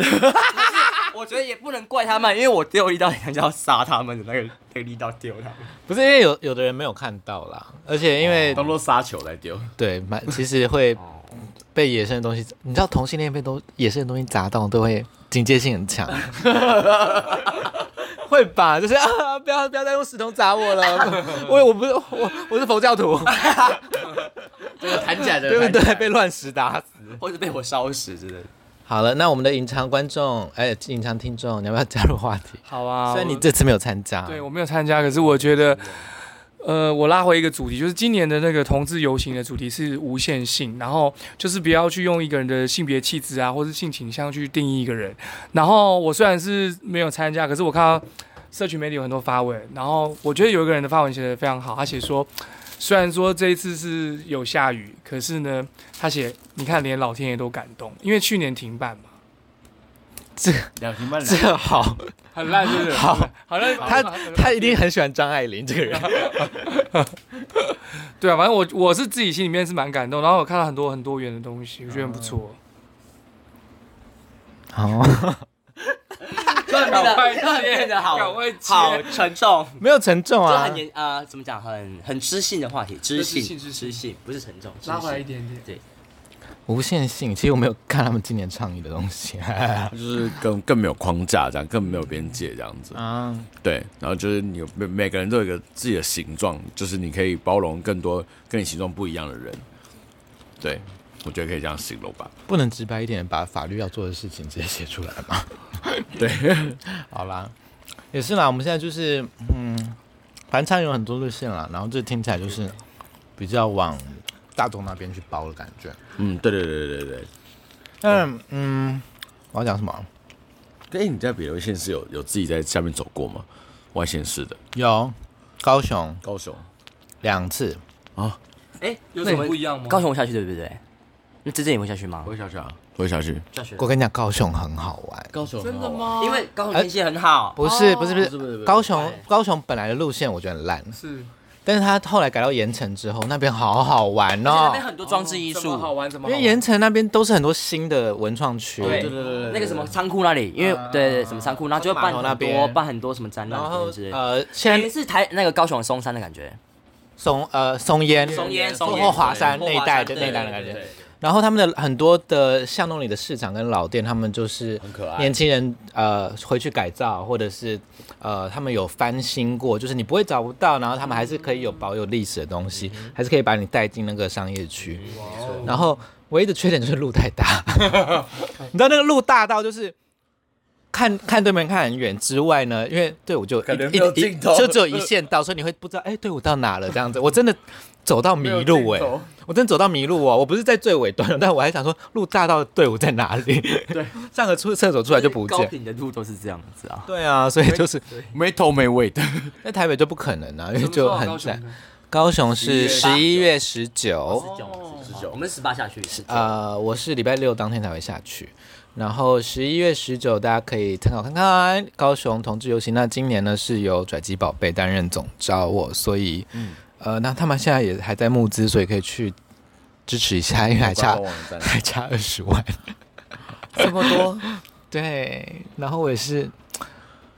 Speaker 2: 我觉得也不能怪他们，因为我丢力道想要杀他们的那个那个力道丢他们。
Speaker 1: 不是因为有有的人没有看到啦，而且因为
Speaker 3: 当做杀球来丢。
Speaker 1: 对，蛮其实会被野生的东西，你知道同性恋被东野生的东西砸到，都会警戒性很 强，会吧？就是啊，不要不要再用石头砸我 了，我我不是我我是佛教 徒，
Speaker 3: 这个弹起来的，
Speaker 1: 对不对？被乱石打死。
Speaker 2: 或者被我 烧死之类的。
Speaker 1: 好了，那我们的隐藏观众，哎，隐藏听众，你要不要加入话题？
Speaker 5: 好啊，
Speaker 1: 虽然你
Speaker 5: 我
Speaker 1: 这次没有参加，
Speaker 5: 对我没有参加，可是我觉得，
Speaker 1: 哦
Speaker 5: 呃，我拉回一个主题，就是今年的那个同志游行的主题是无限性，然后就是不要去用一个人的性别气质啊，或是性倾向去定义一个人。然后我虽然是没有参加，可是我看到社群媒体有很多发文，然后我觉得有一个人的发文写的非常好，他写说。虽然说这一次是有下雨，可是呢，他写你看连老天爷都感动，因为去年停办嘛，
Speaker 3: 两平半
Speaker 1: 这个好，
Speaker 5: 很烂，是不是？
Speaker 1: 好，
Speaker 5: 好像
Speaker 1: 他他一定很喜欢张爱玲这个人。
Speaker 5: 对啊，反正我我是自己心里面是蛮感动，然后我看到很多很多元的东西，我觉得很不错。
Speaker 1: 好，
Speaker 2: 对
Speaker 5: 搞快
Speaker 2: 的变得好
Speaker 5: 搞快切
Speaker 2: 好沉重，
Speaker 1: 没有沉重
Speaker 2: 就
Speaker 1: 啊
Speaker 2: 很，严啊、呃怎么讲？很很知性的话题，知性，
Speaker 5: 知性知性
Speaker 2: 不是沉重。知
Speaker 5: 拉回来一
Speaker 2: 性
Speaker 5: 点点，
Speaker 1: 无限性。其实我没有看他们今年倡议的东西
Speaker 3: 就是更更没有框架，这样更没有边界，这样子。
Speaker 1: 啊。
Speaker 3: 对，然后就是你有每每个人都有一个自己的形状，就是你可以包容更多跟你形状不一样的人。对，我觉得可以这样形容吧。
Speaker 1: 不能直白一点，把法律要做的事情直接写出来吗？
Speaker 3: 对，
Speaker 1: 好啦，也是啦，我们现在就是嗯，反正有很多路线啦，然后这听起来就是比较往大众那边去包的感觉。
Speaker 3: 嗯，对对对对对对。
Speaker 1: 但嗯，我要讲什么？
Speaker 3: 哎、你在北流县是有有自己在下面走过吗？外县市的
Speaker 1: 有高雄
Speaker 3: 高雄
Speaker 1: 两次，
Speaker 3: 啊，
Speaker 2: 哎，
Speaker 4: 有什么不一样吗？
Speaker 2: 高雄我下去对不对？那这阵你会下去吗
Speaker 3: 我？会下去啊，我会下去。
Speaker 2: 下去
Speaker 1: 我跟你讲，高雄很好玩。
Speaker 3: 高雄
Speaker 4: 真的？
Speaker 5: 啊
Speaker 4: 吗？
Speaker 2: 因为高雄天气很好。
Speaker 1: 不是不是不
Speaker 3: 不是不是不
Speaker 1: 是，
Speaker 3: 是
Speaker 1: 高雄
Speaker 2: 哎
Speaker 1: 高雄本来的路线我觉得很烂，
Speaker 5: 是
Speaker 1: 但是他后来改到盐城之后，那边好好玩
Speaker 2: 而且那
Speaker 1: 哦
Speaker 2: 边。很多装置艺
Speaker 5: 怎么好
Speaker 2: 术，
Speaker 5: 玩怎么
Speaker 1: 因
Speaker 5: 好
Speaker 1: 为
Speaker 5: 玩？
Speaker 1: 盐城那边都是很多新的文创区，
Speaker 2: 哦对
Speaker 3: 对对对对，
Speaker 2: 那个什么仓库那里，因为对对什么仓库，然后就会
Speaker 1: 码
Speaker 2: 办
Speaker 1: 头那
Speaker 2: 很多
Speaker 1: 边
Speaker 2: 办很多什么展
Speaker 1: 然后
Speaker 2: 览之类的。
Speaker 1: 呃，
Speaker 2: 感
Speaker 1: 现
Speaker 2: 觉
Speaker 1: 在
Speaker 2: 是台那个高雄松山的感觉，
Speaker 1: 松呃松烟、
Speaker 2: 松烟松烟
Speaker 1: 或华山
Speaker 2: 对
Speaker 1: 那一带
Speaker 2: 或华山
Speaker 1: 的那一带
Speaker 2: 对
Speaker 1: 的感
Speaker 2: 对
Speaker 1: 觉
Speaker 2: 对。
Speaker 1: 然后他们的很多的巷弄里的市场跟老店，他们就是
Speaker 3: 很可爱
Speaker 1: 年轻人呃回去改造，或者是呃他们有翻新过，就是你不会找不到，然后他们还是可以有保有历史的东西，
Speaker 3: 嗯
Speaker 1: 还是可以把你带进那个商业区。然后唯一的缺点就是路太大， 你知道那个路大到就是。看看对面看很远之外呢，因为队伍就
Speaker 3: 感觉
Speaker 1: 一
Speaker 3: 没有
Speaker 1: 一
Speaker 3: 尽头
Speaker 1: 就只有一线道，所以你会不知道哎队伍到哪了这样子。我真的走到迷路哎、我真的走到迷路哦，我不是在最尾端了，但我还想说路大道的队伍在哪里？对， 上个出厕所出来就不
Speaker 2: 高
Speaker 1: 见。
Speaker 2: 品的路都是这样子啊。
Speaker 1: 对啊，所以就是
Speaker 3: 没头没尾的。
Speaker 1: 在台北就不可能啊，因为就很
Speaker 5: 在
Speaker 1: 在。高雄是十一
Speaker 2: 11
Speaker 1: 月十九，
Speaker 2: 哦我们十八下去是
Speaker 1: 呃，我是礼拜六当天才会下去，然后十一月十九大家可以参考看看高雄同志游行。那今年呢是由拽鸡宝贝担任总招我，所以、呃，那他们现在也还在募资，所以可以去支持一下，因为还差
Speaker 3: 网站
Speaker 1: 还差二十万，
Speaker 3: 这么多，
Speaker 1: 对，然后我也是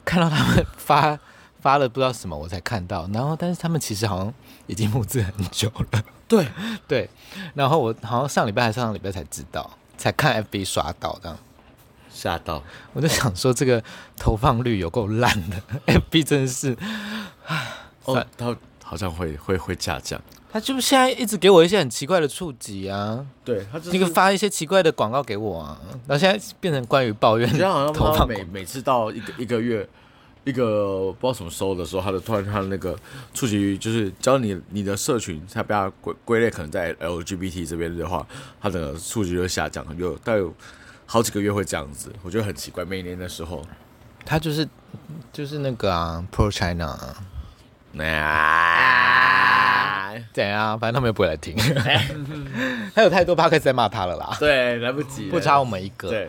Speaker 1: 看到他们发发了不知道什么，我才看到。然后，但是他们其实好像已经募资很久了。
Speaker 3: 对
Speaker 1: 对，然后我好像上礼拜还是上上礼拜才知道，才看 FB 刷到这样。
Speaker 3: 吓到，
Speaker 1: 我就想说，这个投放率有够烂的 ，FB 真是，
Speaker 3: 哦
Speaker 1: 算，
Speaker 3: 他好像会会会下降，
Speaker 1: 他就是现在一直给我一些很奇怪的触及啊，
Speaker 3: 对他
Speaker 1: 那个发一些奇怪的广告给我啊，然后现在变成关于抱怨
Speaker 3: 我觉得好像
Speaker 1: 投
Speaker 3: 他
Speaker 1: 放
Speaker 3: 每
Speaker 1: 广
Speaker 3: 每次到一个一个月，一个不知道什么时候的时候，他的突然他的那个触及就是，只要你你的社群，他被他归归类可能在 LGBT 这边的话，他的数据就下降，有大概有好几个月会这样子，我觉得很奇怪。每年的时候，
Speaker 1: 告他就是就是那个啊，Pro China，啊
Speaker 3: 啊，
Speaker 1: 怎样？反正他们又不会来 听，他有太多 p o d 在骂他了啦，
Speaker 3: 对，来不及了，
Speaker 1: 不差我们一个。
Speaker 3: 对，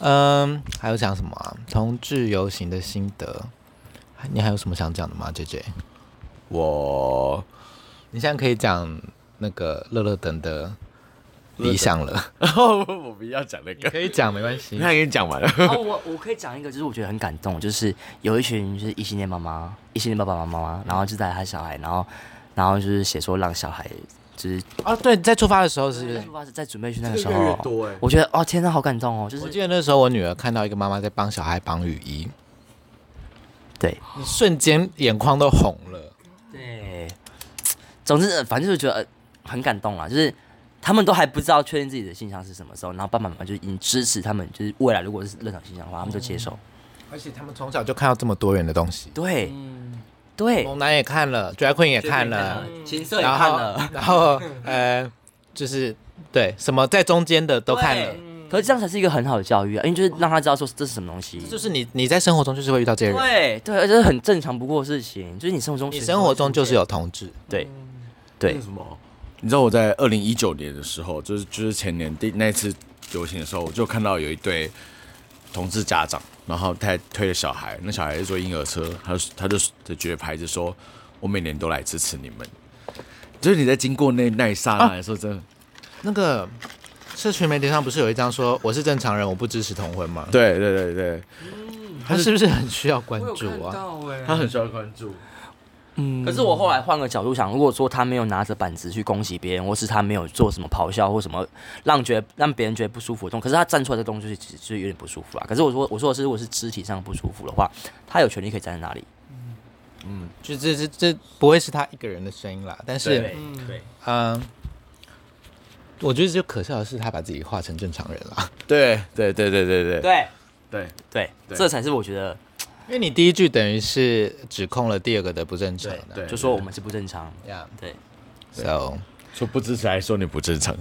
Speaker 1: 嗯，还有讲什么啊？同志游行的心得，你还有什么想讲的吗？J J，
Speaker 3: 我
Speaker 1: 你现在可以讲那个乐乐等的理想了，
Speaker 3: 我不要讲那
Speaker 1: 你
Speaker 3: 个，
Speaker 1: 可以讲没关系
Speaker 3: 你。看已经讲 完了，
Speaker 2: 哦，我我可以讲一个，就是我觉得很感动，就是有一群就是异性恋妈妈、异性恋爸爸妈妈，然后就带他小孩，然后然后就是写说让小孩就是
Speaker 1: 哦，对，在出发的时候是不
Speaker 2: 在
Speaker 1: 是
Speaker 2: 出？发是在准备去那个时候，我觉得哦天呐，好感动哦，就
Speaker 1: 我
Speaker 2: 是
Speaker 1: 记得那时候我女儿看到一个妈妈在帮小孩绑雨衣，
Speaker 2: 对
Speaker 1: 你瞬间眼眶都红了。
Speaker 2: 对，总之呃反正就觉得、呃很感动啦，就是。他们都还不知道确定自己的性向是什么时候，然后爸爸妈妈就已经支持他们，就是未来如果是认同性向的话，他们就接受。
Speaker 1: 而且他们从小就看到这么多元的东西，
Speaker 2: 对
Speaker 5: 嗯，
Speaker 2: 对，
Speaker 1: 猛男也看了，drag queen 也看了，
Speaker 2: 情色也
Speaker 1: 然
Speaker 2: 看
Speaker 1: 后
Speaker 2: 了，
Speaker 1: 然后呃，就是对什么在中间的都看了。
Speaker 5: 嗯
Speaker 2: 可是这样才是一个很好的教育啊，因为就是让他知道说这是什么东西，
Speaker 1: 就是你你在生活中就是会遇到这些人，
Speaker 2: 对对，而且是很正常不过的事情，就是你生活中
Speaker 1: 你
Speaker 2: 随时
Speaker 1: 生活中就是有
Speaker 2: 会出
Speaker 1: 同志，
Speaker 2: 现对对
Speaker 3: 嗯为什么？你知道我在二零一九年的时候，就是就是前年第那一次游行的时候，我就看到有一对同志家长，然后他还推着小孩，那小孩是坐婴儿车，他就他就就举着牌子说：“我每年都来支持你们。”就是你在经过那那一刹那的时候，真的、
Speaker 1: 那个社群媒体上不是有一张说我是正常人，我不支持同婚吗？
Speaker 3: 对对对对，
Speaker 1: 他是不是很需要关
Speaker 5: 我有
Speaker 1: 注
Speaker 5: 看
Speaker 1: 啊？
Speaker 5: 到哎，
Speaker 3: 他很需要关注。
Speaker 5: 嗯
Speaker 2: 可是我后来换个角度想，如果说他没有拿着板子去攻击别人，或是他没有做什么咆哮或什么让觉得让别人觉得不舒服的动作，可是他站出来的动作就是就是有点不舒服啊。可是我说我说的是，如果是肢体上不舒服的话，他有权利可以站在那里。
Speaker 1: 就这这这不会是他一个人的声音啦，但是
Speaker 3: 对
Speaker 5: 嗯
Speaker 3: 对
Speaker 1: 嗯、我觉得就可笑的是他把自己化成正常人啦，
Speaker 3: 对对对对对对
Speaker 2: 对
Speaker 3: 对，
Speaker 2: 对，
Speaker 3: 对
Speaker 2: 这才是我觉得
Speaker 1: 因为你第一句等于是指控了第二个的不正常的，
Speaker 3: 对
Speaker 2: 就说我们是不正常。
Speaker 1: 呀
Speaker 2: 对，
Speaker 1: ，so
Speaker 3: 说不支持还说你不正常，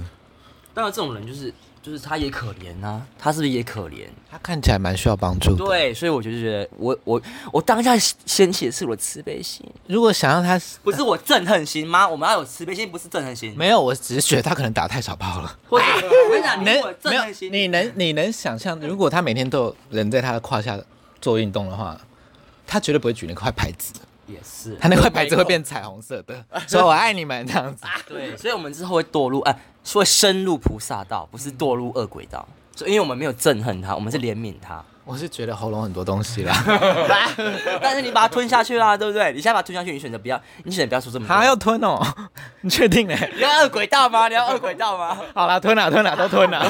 Speaker 2: 当然这种人就是就是他也可怜啊，他是不是也可怜？
Speaker 1: 他看起来蛮需要帮助的。
Speaker 2: 对，所以我就觉得我我我当下掀起的是我的慈悲心。
Speaker 1: 如果想让他
Speaker 2: 不是我憎恨心吗？我们要有慈悲心，不是憎恨心。
Speaker 1: 没有，我只是觉得他可能打太少炮 了。
Speaker 2: 或者我跟你讲，你
Speaker 1: 你能
Speaker 2: 如果
Speaker 1: 没
Speaker 2: 憎
Speaker 1: 有
Speaker 2: 恨？心，
Speaker 1: 你能你能想象，如果他每天都有人在他的胯下做运动的话，他绝对不会举那块牌子，
Speaker 2: 也是
Speaker 1: 他那块牌子会变彩虹色 的，说我爱你们这样子。
Speaker 2: 对，所以我们之后会堕入哎、是会深入菩萨道，不是堕入恶鬼道。所以因为我们没有憎恨他，我们是怜悯 他。
Speaker 1: 我是觉得喉咙很多东西啦，
Speaker 2: 但是你把它吞下去啦，对不对？你现在把它吞下去，你选择不要，你选择不要说这么多。
Speaker 1: 还要吞哦，你确定嘞？
Speaker 2: 你要恶鬼道吗？你要恶鬼道吗？
Speaker 1: 好啦，吞啊啦吞啦都吞啦，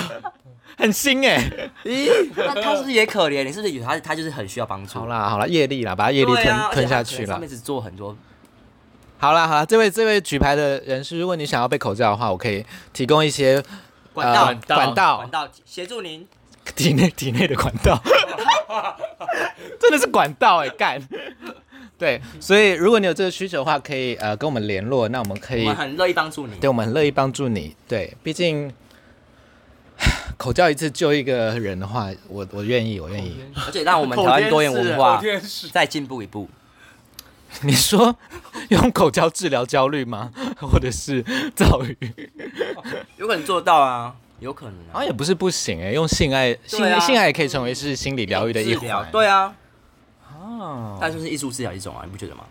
Speaker 1: 很新哎、
Speaker 2: 咦，那他是不是也可怜？你是不是以为他他就是很需要帮助？
Speaker 1: 好啦好啦，业力啦，把它业力
Speaker 2: 对
Speaker 1: 吞、
Speaker 2: 啊而且
Speaker 1: 吞
Speaker 2: 他
Speaker 1: 下
Speaker 2: 可能
Speaker 1: 去
Speaker 2: 上
Speaker 1: 啦
Speaker 2: 面。只做很多
Speaker 1: 好啦好啦，这位这位举牌的人士，如果你想要被口罩的话，我可以提供一些
Speaker 2: 管道、
Speaker 1: 呃管道
Speaker 2: 管道协助您。
Speaker 1: 体内体内的管道， 真的是管道哎、干。对，所以如果你有这个需求的话，可以呃跟我们联络，那我们可
Speaker 2: 我
Speaker 1: 以
Speaker 2: 们，很乐意帮助你。
Speaker 1: 对我们很乐意帮助你。对，毕竟 口罩一次救一个人的话，我我愿意，我愿意。
Speaker 2: 而且让我们台湾多元文化
Speaker 5: 天使，
Speaker 2: 再进步一步。
Speaker 1: 你说用口罩治疗焦虑吗？或者是 躁郁？
Speaker 2: 有可能做到啊，有可能
Speaker 1: 好
Speaker 2: 啊
Speaker 1: 像。也不是不行哎、用性爱性、
Speaker 2: 对啊
Speaker 1: 性爱也可以成为是心理疗愈的一
Speaker 2: 治疗
Speaker 1: 环。
Speaker 2: 对啊，
Speaker 1: 哦
Speaker 2: 但就是艺术治疗一种啊，你不觉得吗？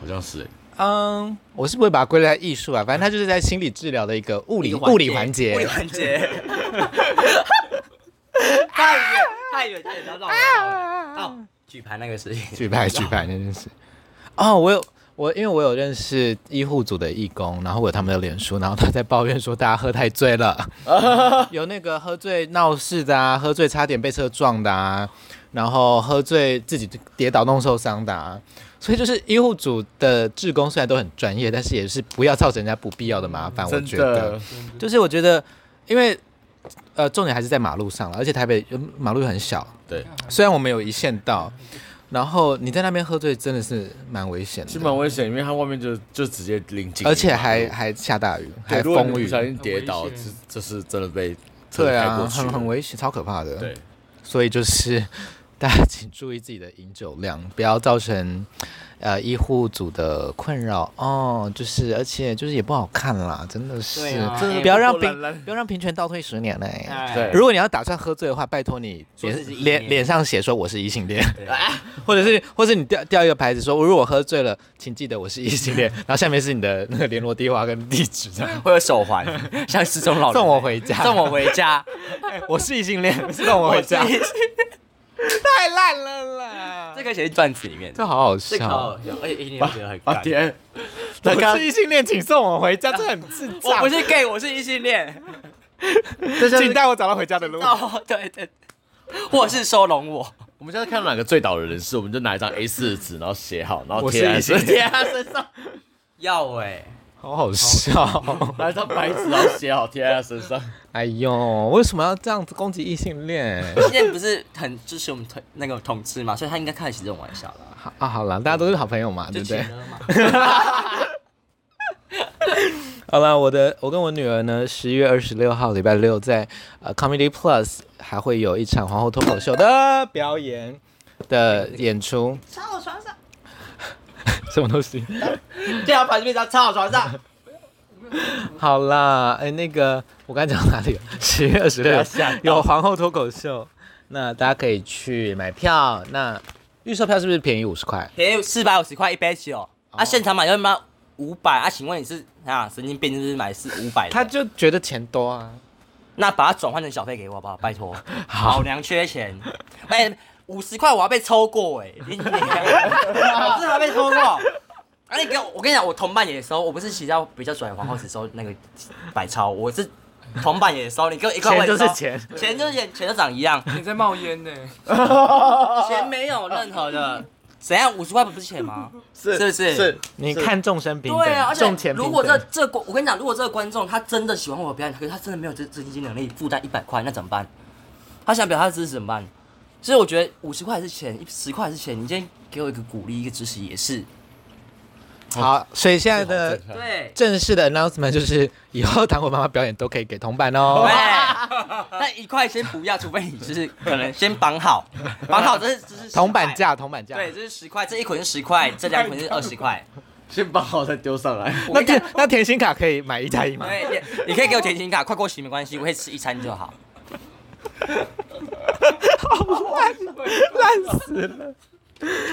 Speaker 3: 好像是欸
Speaker 1: 嗯，我是不会把它归类在艺术啊，反正它就是在心理治疗的一个物理物理环
Speaker 2: 物理
Speaker 1: 节。
Speaker 2: 环节。太远太远太 远，然后让我到举牌那个事情。
Speaker 1: 举牌举牌那件事。哦，我有我因为我有认识医护组的义工，然后我有他们的脸书，然后他在抱怨说大家喝太 醉了，有那个喝醉闹事的啊，喝醉差点被车撞的啊，然后喝醉自己跌倒弄受伤的啊，所以就是医护组的志工虽然都很专业，但是也是不要造成人家不必要的麻烦，我觉得。就是我觉得，因为呃，重点还是在马路上了，而且台北呃马路又很小，
Speaker 3: 对，
Speaker 1: 虽然我们有一线道，然后你在那边喝醉真的是蛮危险
Speaker 3: 其实蛮
Speaker 1: 的，
Speaker 3: 危险，因为它外面就就直接临近，
Speaker 1: 而且还还下大雨，
Speaker 3: 对
Speaker 1: 还
Speaker 3: 如果你
Speaker 1: 风雨
Speaker 3: 不，小心跌倒，
Speaker 5: 很
Speaker 3: 这
Speaker 5: 危险
Speaker 3: 这是真的被车
Speaker 1: 对
Speaker 3: 开
Speaker 1: 啊，
Speaker 3: 过去
Speaker 1: 很
Speaker 3: 了
Speaker 1: 很危险，超可怕的。
Speaker 3: 对，
Speaker 1: 所以就是大家请注意自己的饮酒量，不要造成呃医护组的困扰哦。就是而且就是也不好看啦，真的是，
Speaker 4: 对啊
Speaker 1: 真的
Speaker 4: 哎
Speaker 1: 不要
Speaker 4: 不
Speaker 1: 让
Speaker 4: 过
Speaker 1: 平
Speaker 4: 懒懒
Speaker 1: 不要让平权倒退十年嘞、
Speaker 3: 对
Speaker 1: 如果你要打算喝醉的话，拜托你
Speaker 2: 说自己
Speaker 1: 脸
Speaker 2: 异性
Speaker 1: 脸
Speaker 2: 恋
Speaker 1: 脸上写说我是异性恋，或者是或者你掉掉一个牌子说，如果我喝醉了，请记得我是异性恋， 然后下面是你的那个联络电话跟地址，这样
Speaker 2: 会有手环，像失踪老人
Speaker 1: 送我回家，
Speaker 2: 送我回家，
Speaker 1: 我是异性恋， 送我回家，
Speaker 2: 我自己
Speaker 1: 太烂了啦，
Speaker 2: 这个写进段子里面，
Speaker 1: 这好好
Speaker 2: 这个好
Speaker 1: 笑。
Speaker 2: 好笑，而且一定觉得很
Speaker 3: 啊
Speaker 2: 干。
Speaker 3: 天，大
Speaker 1: 我
Speaker 3: 家
Speaker 1: 是异性恋，请送我回家，这很 智
Speaker 2: 我
Speaker 1: 障
Speaker 2: 不。是 gay，我是异性恋。
Speaker 1: 请带我找到回家的路。
Speaker 2: 哦，对对，或是收容我。
Speaker 3: 我们现在看到哪个醉倒的人士，我们就拿一张 A 4纸，然后写好，然后
Speaker 1: 我是
Speaker 3: 贴在
Speaker 1: 异性
Speaker 3: 身
Speaker 1: 恋
Speaker 3: 贴在他身上，
Speaker 2: 要哎，
Speaker 1: 好好笑。
Speaker 3: 拿一张白纸，然后写好贴在他身上。
Speaker 1: 哎呦，为什么要这样子攻击异性恋？
Speaker 2: 现在不是很支持我们同那个同志嘛，所以他应该开得起这种玩笑啦，
Speaker 1: 好啊，好了，大家都是好朋友嘛，
Speaker 2: 就
Speaker 1: 对不对
Speaker 2: 钱？了嘛。
Speaker 1: 好了，我的我跟我女儿呢，十一月二十六号礼拜六在呃 Comedy Plus 还会有一场皇后脱口秀的表演的演出。插我床上，什么东西？
Speaker 2: 对啊，把这边张插我床上，
Speaker 1: 好啦，哎，那个我刚才讲到哪里 了？十月二十六有皇后脱口秀，那大家可以去买票。那预售票是不是便宜五十块？
Speaker 2: 便宜四百五十块一杯酒，啊，现场买要卖五百啊？请问你是啊神经病，就是买四五百的？
Speaker 1: 他就觉得钱多啊。
Speaker 2: 那把它转换成小费给我好不好？拜 托，老娘缺钱。哎、五十块我要被抽过哎、你你我真的要被抽过。而且给我，我跟你讲，我同伴也收，我不是骑到比较拽的皇后只收那个百超，我是同伴也收，你给我一块
Speaker 1: 钱
Speaker 2: 我也
Speaker 1: 就
Speaker 2: 收
Speaker 1: 是，钱，
Speaker 2: 钱就是钱，钱就长一样，
Speaker 5: 你在冒烟呢、
Speaker 1: 哦
Speaker 2: 钱没有任何的。怎样？五十块不是钱吗？
Speaker 3: 是
Speaker 2: 是不是
Speaker 3: 是，
Speaker 1: 你看众生平等，
Speaker 2: 对啊，而
Speaker 1: 重钱
Speaker 2: 且
Speaker 1: 平等
Speaker 2: 如果这这观，我跟你讲，如果这个观众他真的喜欢我的表演，可是他真的没有这这经济能力负担一百块，那怎么办？他想表达他的支持怎么办？所以我觉得五十块是钱，十块是钱。你今天给我一个鼓励，一个支持也是。
Speaker 1: 好，所以现在的
Speaker 2: 对，
Speaker 1: 正式的 announcement 就是以后糖果妈妈表演都可以给铜板哦
Speaker 2: 对。，那一块先不要，除非你就是可能先绑好，绑好这是这是
Speaker 1: 铜板
Speaker 2: 10块，
Speaker 1: 价，铜板价。
Speaker 2: 对，这是十块，这一捆是十块，这两捆是二十块。
Speaker 3: 先绑好再丢上来。
Speaker 2: 我跟
Speaker 1: 那
Speaker 2: 你讲
Speaker 1: 甜那甜心卡可以买一 加一吗？
Speaker 2: 对，也你可以给我甜心卡，快过期没关系，我可以吃一餐就好。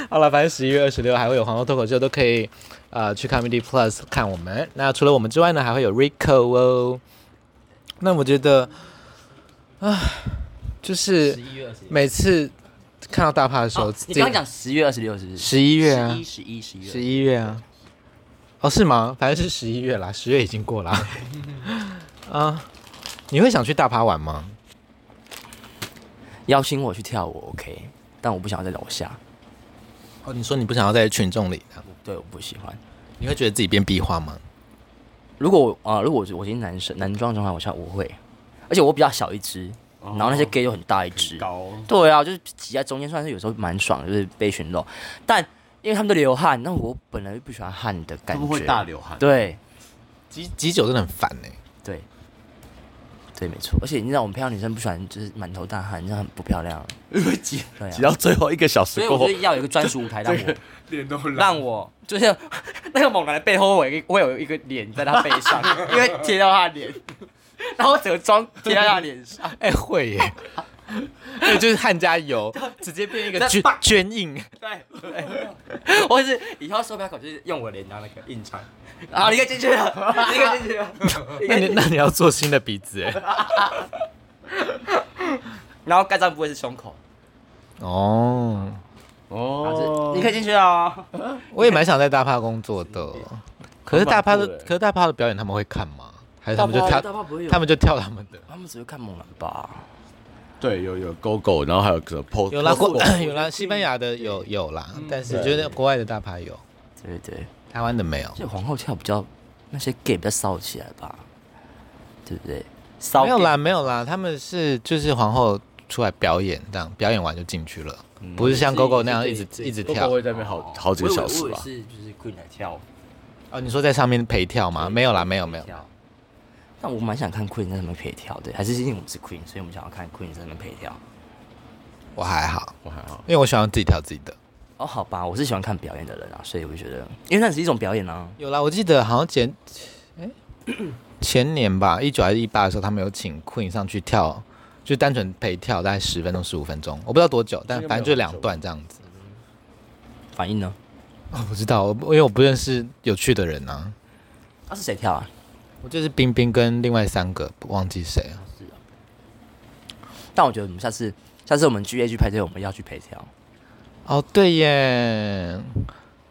Speaker 1: 好了，反正十一月二十六还会有皇后脱口秀，都可以呃去 Comedy Plus 看我们。那除了我们之外呢，还会有 Rico 哦。那我觉得，唉，就是
Speaker 2: 一月二十
Speaker 1: 每次看到大帕的时候，
Speaker 2: 哦你刚刚讲十月二十六是不是？
Speaker 1: 十一月啊
Speaker 2: 十一、十一、十
Speaker 1: 十
Speaker 2: 一。
Speaker 1: 一月啊，哦是吗？反正是十一月啦，十月已经过啦。 啊，你会想去大帕玩吗？
Speaker 2: 邀请我去跳舞，OK，但我不想要在楼下，
Speaker 1: 哦，你说你不想要在群众里的，
Speaker 2: 对，我不喜欢。
Speaker 1: 你会觉得自己变壁画吗？
Speaker 2: 如果我啊、如果我是我今天男生男装的话，我想我会，而且我比较小一只，然后那些 gay 又很大一只，
Speaker 3: 哦高，
Speaker 2: 对啊，就是挤在中间，算是有时候蛮爽的，就是被群肉，但因为他们都流汗，那我本来就不喜欢汗的
Speaker 3: 他
Speaker 2: 感
Speaker 3: 们
Speaker 2: 觉，
Speaker 3: 会大流汗。
Speaker 2: 对
Speaker 1: 挤挤酒真的很烦哎、
Speaker 2: 对对，没错。而且你知道，我们漂亮女生不喜欢就是满头大汗，这样很不漂 亮。
Speaker 3: 因为挤
Speaker 2: 对啊
Speaker 3: 挤到最后一个小
Speaker 2: 所
Speaker 3: 时
Speaker 2: 以
Speaker 3: 过
Speaker 2: 我觉
Speaker 3: 后
Speaker 2: 得，要有一个专属舞台让我。
Speaker 5: 脸都烂。
Speaker 2: 让我就是那个猛男的背后，我有一个我有一个脸在他背上，因为贴到他的脸，然后整个妆贴到他的脸上，
Speaker 1: 哎、会 耶、对，就是汗加 油，直接变一个
Speaker 2: 这
Speaker 1: 绢绢 印。
Speaker 2: 对，对我是以后售票口就是用我脸当那个印章，然后你可以进去了，你可以进去了，你可
Speaker 1: 那
Speaker 2: 以
Speaker 1: 你
Speaker 2: 进去
Speaker 1: 那你要做新的鼻子哎、
Speaker 2: 然后盖章不会是胸口，
Speaker 1: 哦，
Speaker 3: 哦
Speaker 2: 你可以进去啊。
Speaker 1: 我也蛮想在大趴工作的，可是大趴的，欸可是大趴的表演他们会看吗？还哎是他们就跳，
Speaker 2: 大炮不会有
Speaker 1: 他们就跳他们的？
Speaker 2: 他们只会看猛男吧？
Speaker 3: 对，有有狗狗，然后还有个 pose，
Speaker 1: 有啦，国 有啦，西班牙的有有啦，但是觉得国外的大趴有，
Speaker 2: 对对，
Speaker 1: 台湾的没有。
Speaker 2: 这皇后跳比较那些 gay 比较骚起来吧，对不对？骚
Speaker 1: 没有
Speaker 2: gay
Speaker 1: 啦，没有啦，他们是就是皇后出来表演，这样表演完就进去了，不是像
Speaker 2: 是
Speaker 1: GoGo 那样
Speaker 2: 是
Speaker 1: 一直
Speaker 2: 对
Speaker 1: 一直
Speaker 3: 狗
Speaker 1: 跳
Speaker 3: 狗。会在那边好好几个小时吧
Speaker 2: 哦我以为我以为是就是 Queen 来跳
Speaker 1: 哦，你说在上面陪跳吗？没有啦，没有没有。
Speaker 2: 跳。但我蛮想看 Queen 在上面陪跳的，还是因为我们是 Queen，所以我们想要看 Queen 在上面陪跳。
Speaker 1: 我还好，
Speaker 3: 我还好。
Speaker 1: 因为我喜欢自己跳自己的。
Speaker 2: 哦，好吧，我是喜欢看表演的人啊，所以我就觉得，因为那只是一种表演啊。
Speaker 1: 有啦，我记得好像前哎 前年吧，一九还是一八的时候，他们有请 Queen 上去跳，就单纯陪跳，大概十分钟十五分钟，我不知道多久，但反正就两段这样子。
Speaker 2: 反应呢？
Speaker 1: 我不知道，我因为我不认识有趣的人啊。
Speaker 2: 那、是谁跳啊？
Speaker 1: 我就是冰冰跟另外三个，忘记谁了。
Speaker 2: 但我觉得我们下次，下次我们 G A 去派对，我们要去陪跳。
Speaker 1: 哦，对耶，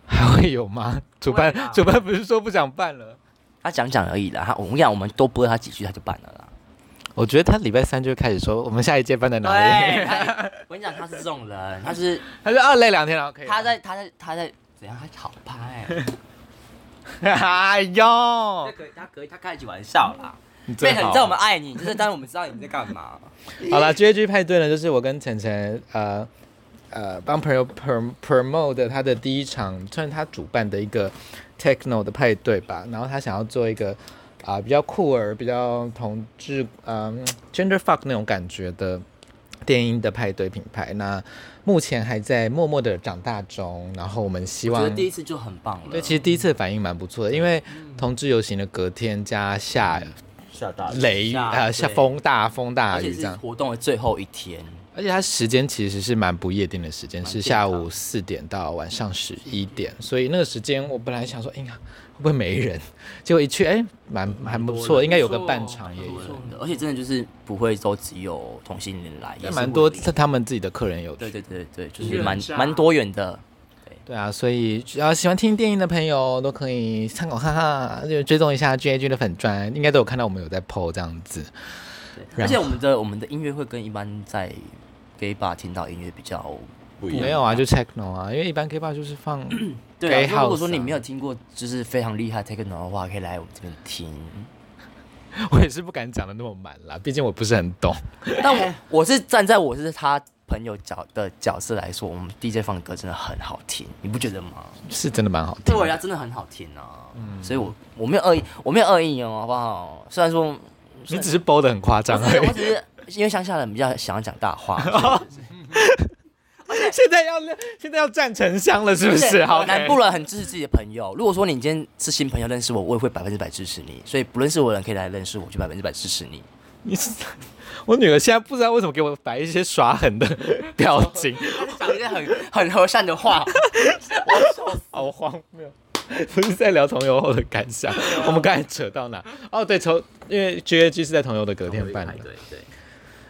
Speaker 1: 还会有吗？主办主办不是说不想办了？
Speaker 2: 他讲讲而已啦，他我跟你讲，我们多播他几句，他就办了啦。
Speaker 1: 我觉得他礼拜三就会开始说我们下一届办在哪里。
Speaker 2: 哎他我跟你讲，他是这种人，他是
Speaker 1: 他说哦，累两天了，可以了。
Speaker 2: 他在他在他在怎样？他讨拍、
Speaker 1: 哎呦
Speaker 2: 他，可以他可以他开得起玩笑啦。
Speaker 1: 你
Speaker 2: 贝
Speaker 1: 最
Speaker 2: 肯，
Speaker 1: 好
Speaker 2: 你知道我们爱你，就是但是我们知道你在干嘛。
Speaker 1: 好了，G A G 派对呢，就是我跟晨晨呃呃帮朋友 prom promote 的他的第一场，算是他主办的一个 techno 的派对吧。然后他想要做一个啊、比较酷儿、比较同志嗯、gender fuck 那种感觉的电音的派对品牌。那目前还在默默的长大中，然后我们希
Speaker 2: 我觉
Speaker 1: 望
Speaker 2: 得第一嗯次就很棒了。
Speaker 1: 对，其实第一次的反应蛮不错的，因为同志游行的隔天加下
Speaker 2: 嗯下大
Speaker 1: 雷呃下，风大风大
Speaker 2: 而且
Speaker 1: 雨这
Speaker 2: 是
Speaker 1: 样，
Speaker 2: 活动的最后一天，
Speaker 1: 而且它时间其实是蛮不夜定的时间，
Speaker 2: 蛮
Speaker 1: 是
Speaker 2: 健
Speaker 1: 下
Speaker 2: 康
Speaker 1: 午四点到晚上十一点，所以那个时间我本来想说，哎呀会不会没人？结果一去，哎，蛮蛮不错，应该有个半场也有，
Speaker 2: 而且真的就是不会都只有同性恋来，也
Speaker 1: 也
Speaker 2: 是
Speaker 1: 蛮多
Speaker 2: 会
Speaker 1: 是他们自己的客人有
Speaker 2: 对
Speaker 1: 去。
Speaker 2: 对对对，就
Speaker 4: 音
Speaker 2: 是
Speaker 4: 乐
Speaker 2: 蛮
Speaker 4: 家
Speaker 2: 蛮多元的。
Speaker 1: 对啊，所以只要喜欢听电影的朋友都可以参考看看，就追踪一下 G A G 的粉砖，应该都有看到我们有在 PO 这样子。
Speaker 2: 而
Speaker 1: 然
Speaker 2: 且我们的我们的音乐会跟一般在 gay bar 听到音乐比较
Speaker 3: 不一
Speaker 1: 没
Speaker 3: 样，
Speaker 1: 有啊，就 techno 啊，因为一般 K bar 就是放
Speaker 2: 对
Speaker 1: gay
Speaker 2: 啊。
Speaker 1: house 啊。
Speaker 2: 如果说你没有听过就是非常厉害 techno 的话，可以来我们这边听。
Speaker 1: 我也是不敢讲的那么满啦，毕竟我不是很懂。
Speaker 2: 但我我是站在我是他朋友角的角色来说，我们 DJ 放的歌真的很好听，你不觉得吗？
Speaker 1: 是真的蛮好听
Speaker 2: 对我来讲真的很好听啊，所以我我没有恶意，我没有恶意哦，好不好？虽然 说
Speaker 1: 你只是包的很夸张而已
Speaker 2: 我。只是因为乡下人比较想要讲大 话，
Speaker 1: 现在要现在要站沉香了，是不是？好，
Speaker 2: 南部人很支持自己的朋友。如果说你今天是新朋友认识我，我也会百分之百支持你。所以不认识我的人可以来认识我，我就百分之百支持你。
Speaker 1: 你是我女儿现在不知道为什么给我摆一些耍狠的表情，
Speaker 2: 讲一些很很和善的话，
Speaker 1: 好荒谬。不是在聊同游后的感 想，我们刚才扯到哪？哦，对，从因为 G A G 是在同游的隔天办的。
Speaker 2: 对对。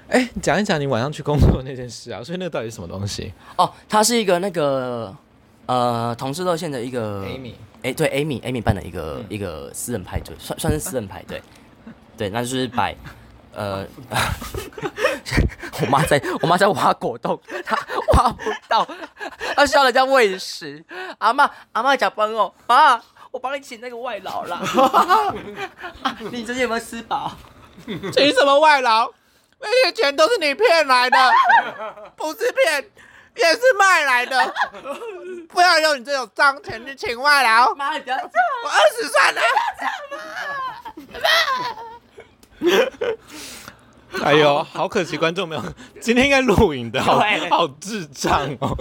Speaker 1: 哎，讲一讲你晚上去工作的那件事啊，所以那个到底是什么东西
Speaker 2: 哦，他是一个那个呃，同事热线的一个哎，对，Amy Amy 办的一个、一个私人派对，算算是私人派对，对，那就是摆，呃， 我妈在我妈在挖果冻，她挖不到，她需要人家喂食。阿妈阿妈讲帮哦，妈，我帮你请那个外劳啦。啊你最近有没有吃饱？
Speaker 1: 请什么外劳？那些钱都是你骗来 的，不是骗，也是卖来的。不要用你这种脏钱去请外劳，我
Speaker 2: 妈，你不要这样。
Speaker 1: 二十算了。 哎呦，好可惜，观众没有。今天应该录影的，好
Speaker 2: 对
Speaker 1: 好智障哦。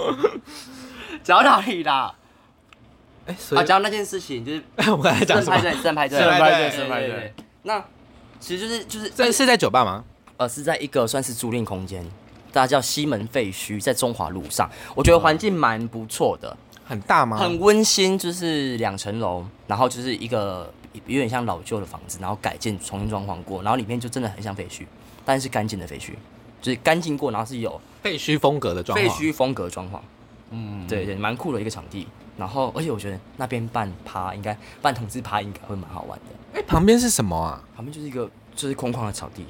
Speaker 2: 讲到哪里啦？
Speaker 1: 哎，所
Speaker 2: 啊，讲到那件事情就是
Speaker 1: 我们刚才 讲
Speaker 2: 正
Speaker 1: 什
Speaker 2: 派
Speaker 1: 么？
Speaker 2: 对，正派对，
Speaker 1: 私人派对
Speaker 2: 对
Speaker 1: 私人派对。
Speaker 2: 对那其实就是就是
Speaker 1: 这是在酒吧吗？
Speaker 2: 呃，是在一个算是租赁空间，大家叫西门废墟，在中华路上，我觉得环境蛮不错的，
Speaker 1: 很大吗？
Speaker 2: 很温馨，就是两层楼，然后就是一个有点像老旧的房子，然后改建重新装潢过，然后里面就真的很像废墟，但是干净的废墟，就是干净过，然后是有
Speaker 1: 废墟风格的装潢。
Speaker 2: 废墟风格装潢，
Speaker 3: 嗯，
Speaker 2: 对对，蛮酷的一个场地。然后，而且我觉得那边办趴应该办同志趴应该会蛮好玩的，
Speaker 1: 哎，旁边是什么啊？
Speaker 2: 旁边就是一个就是空旷的草地，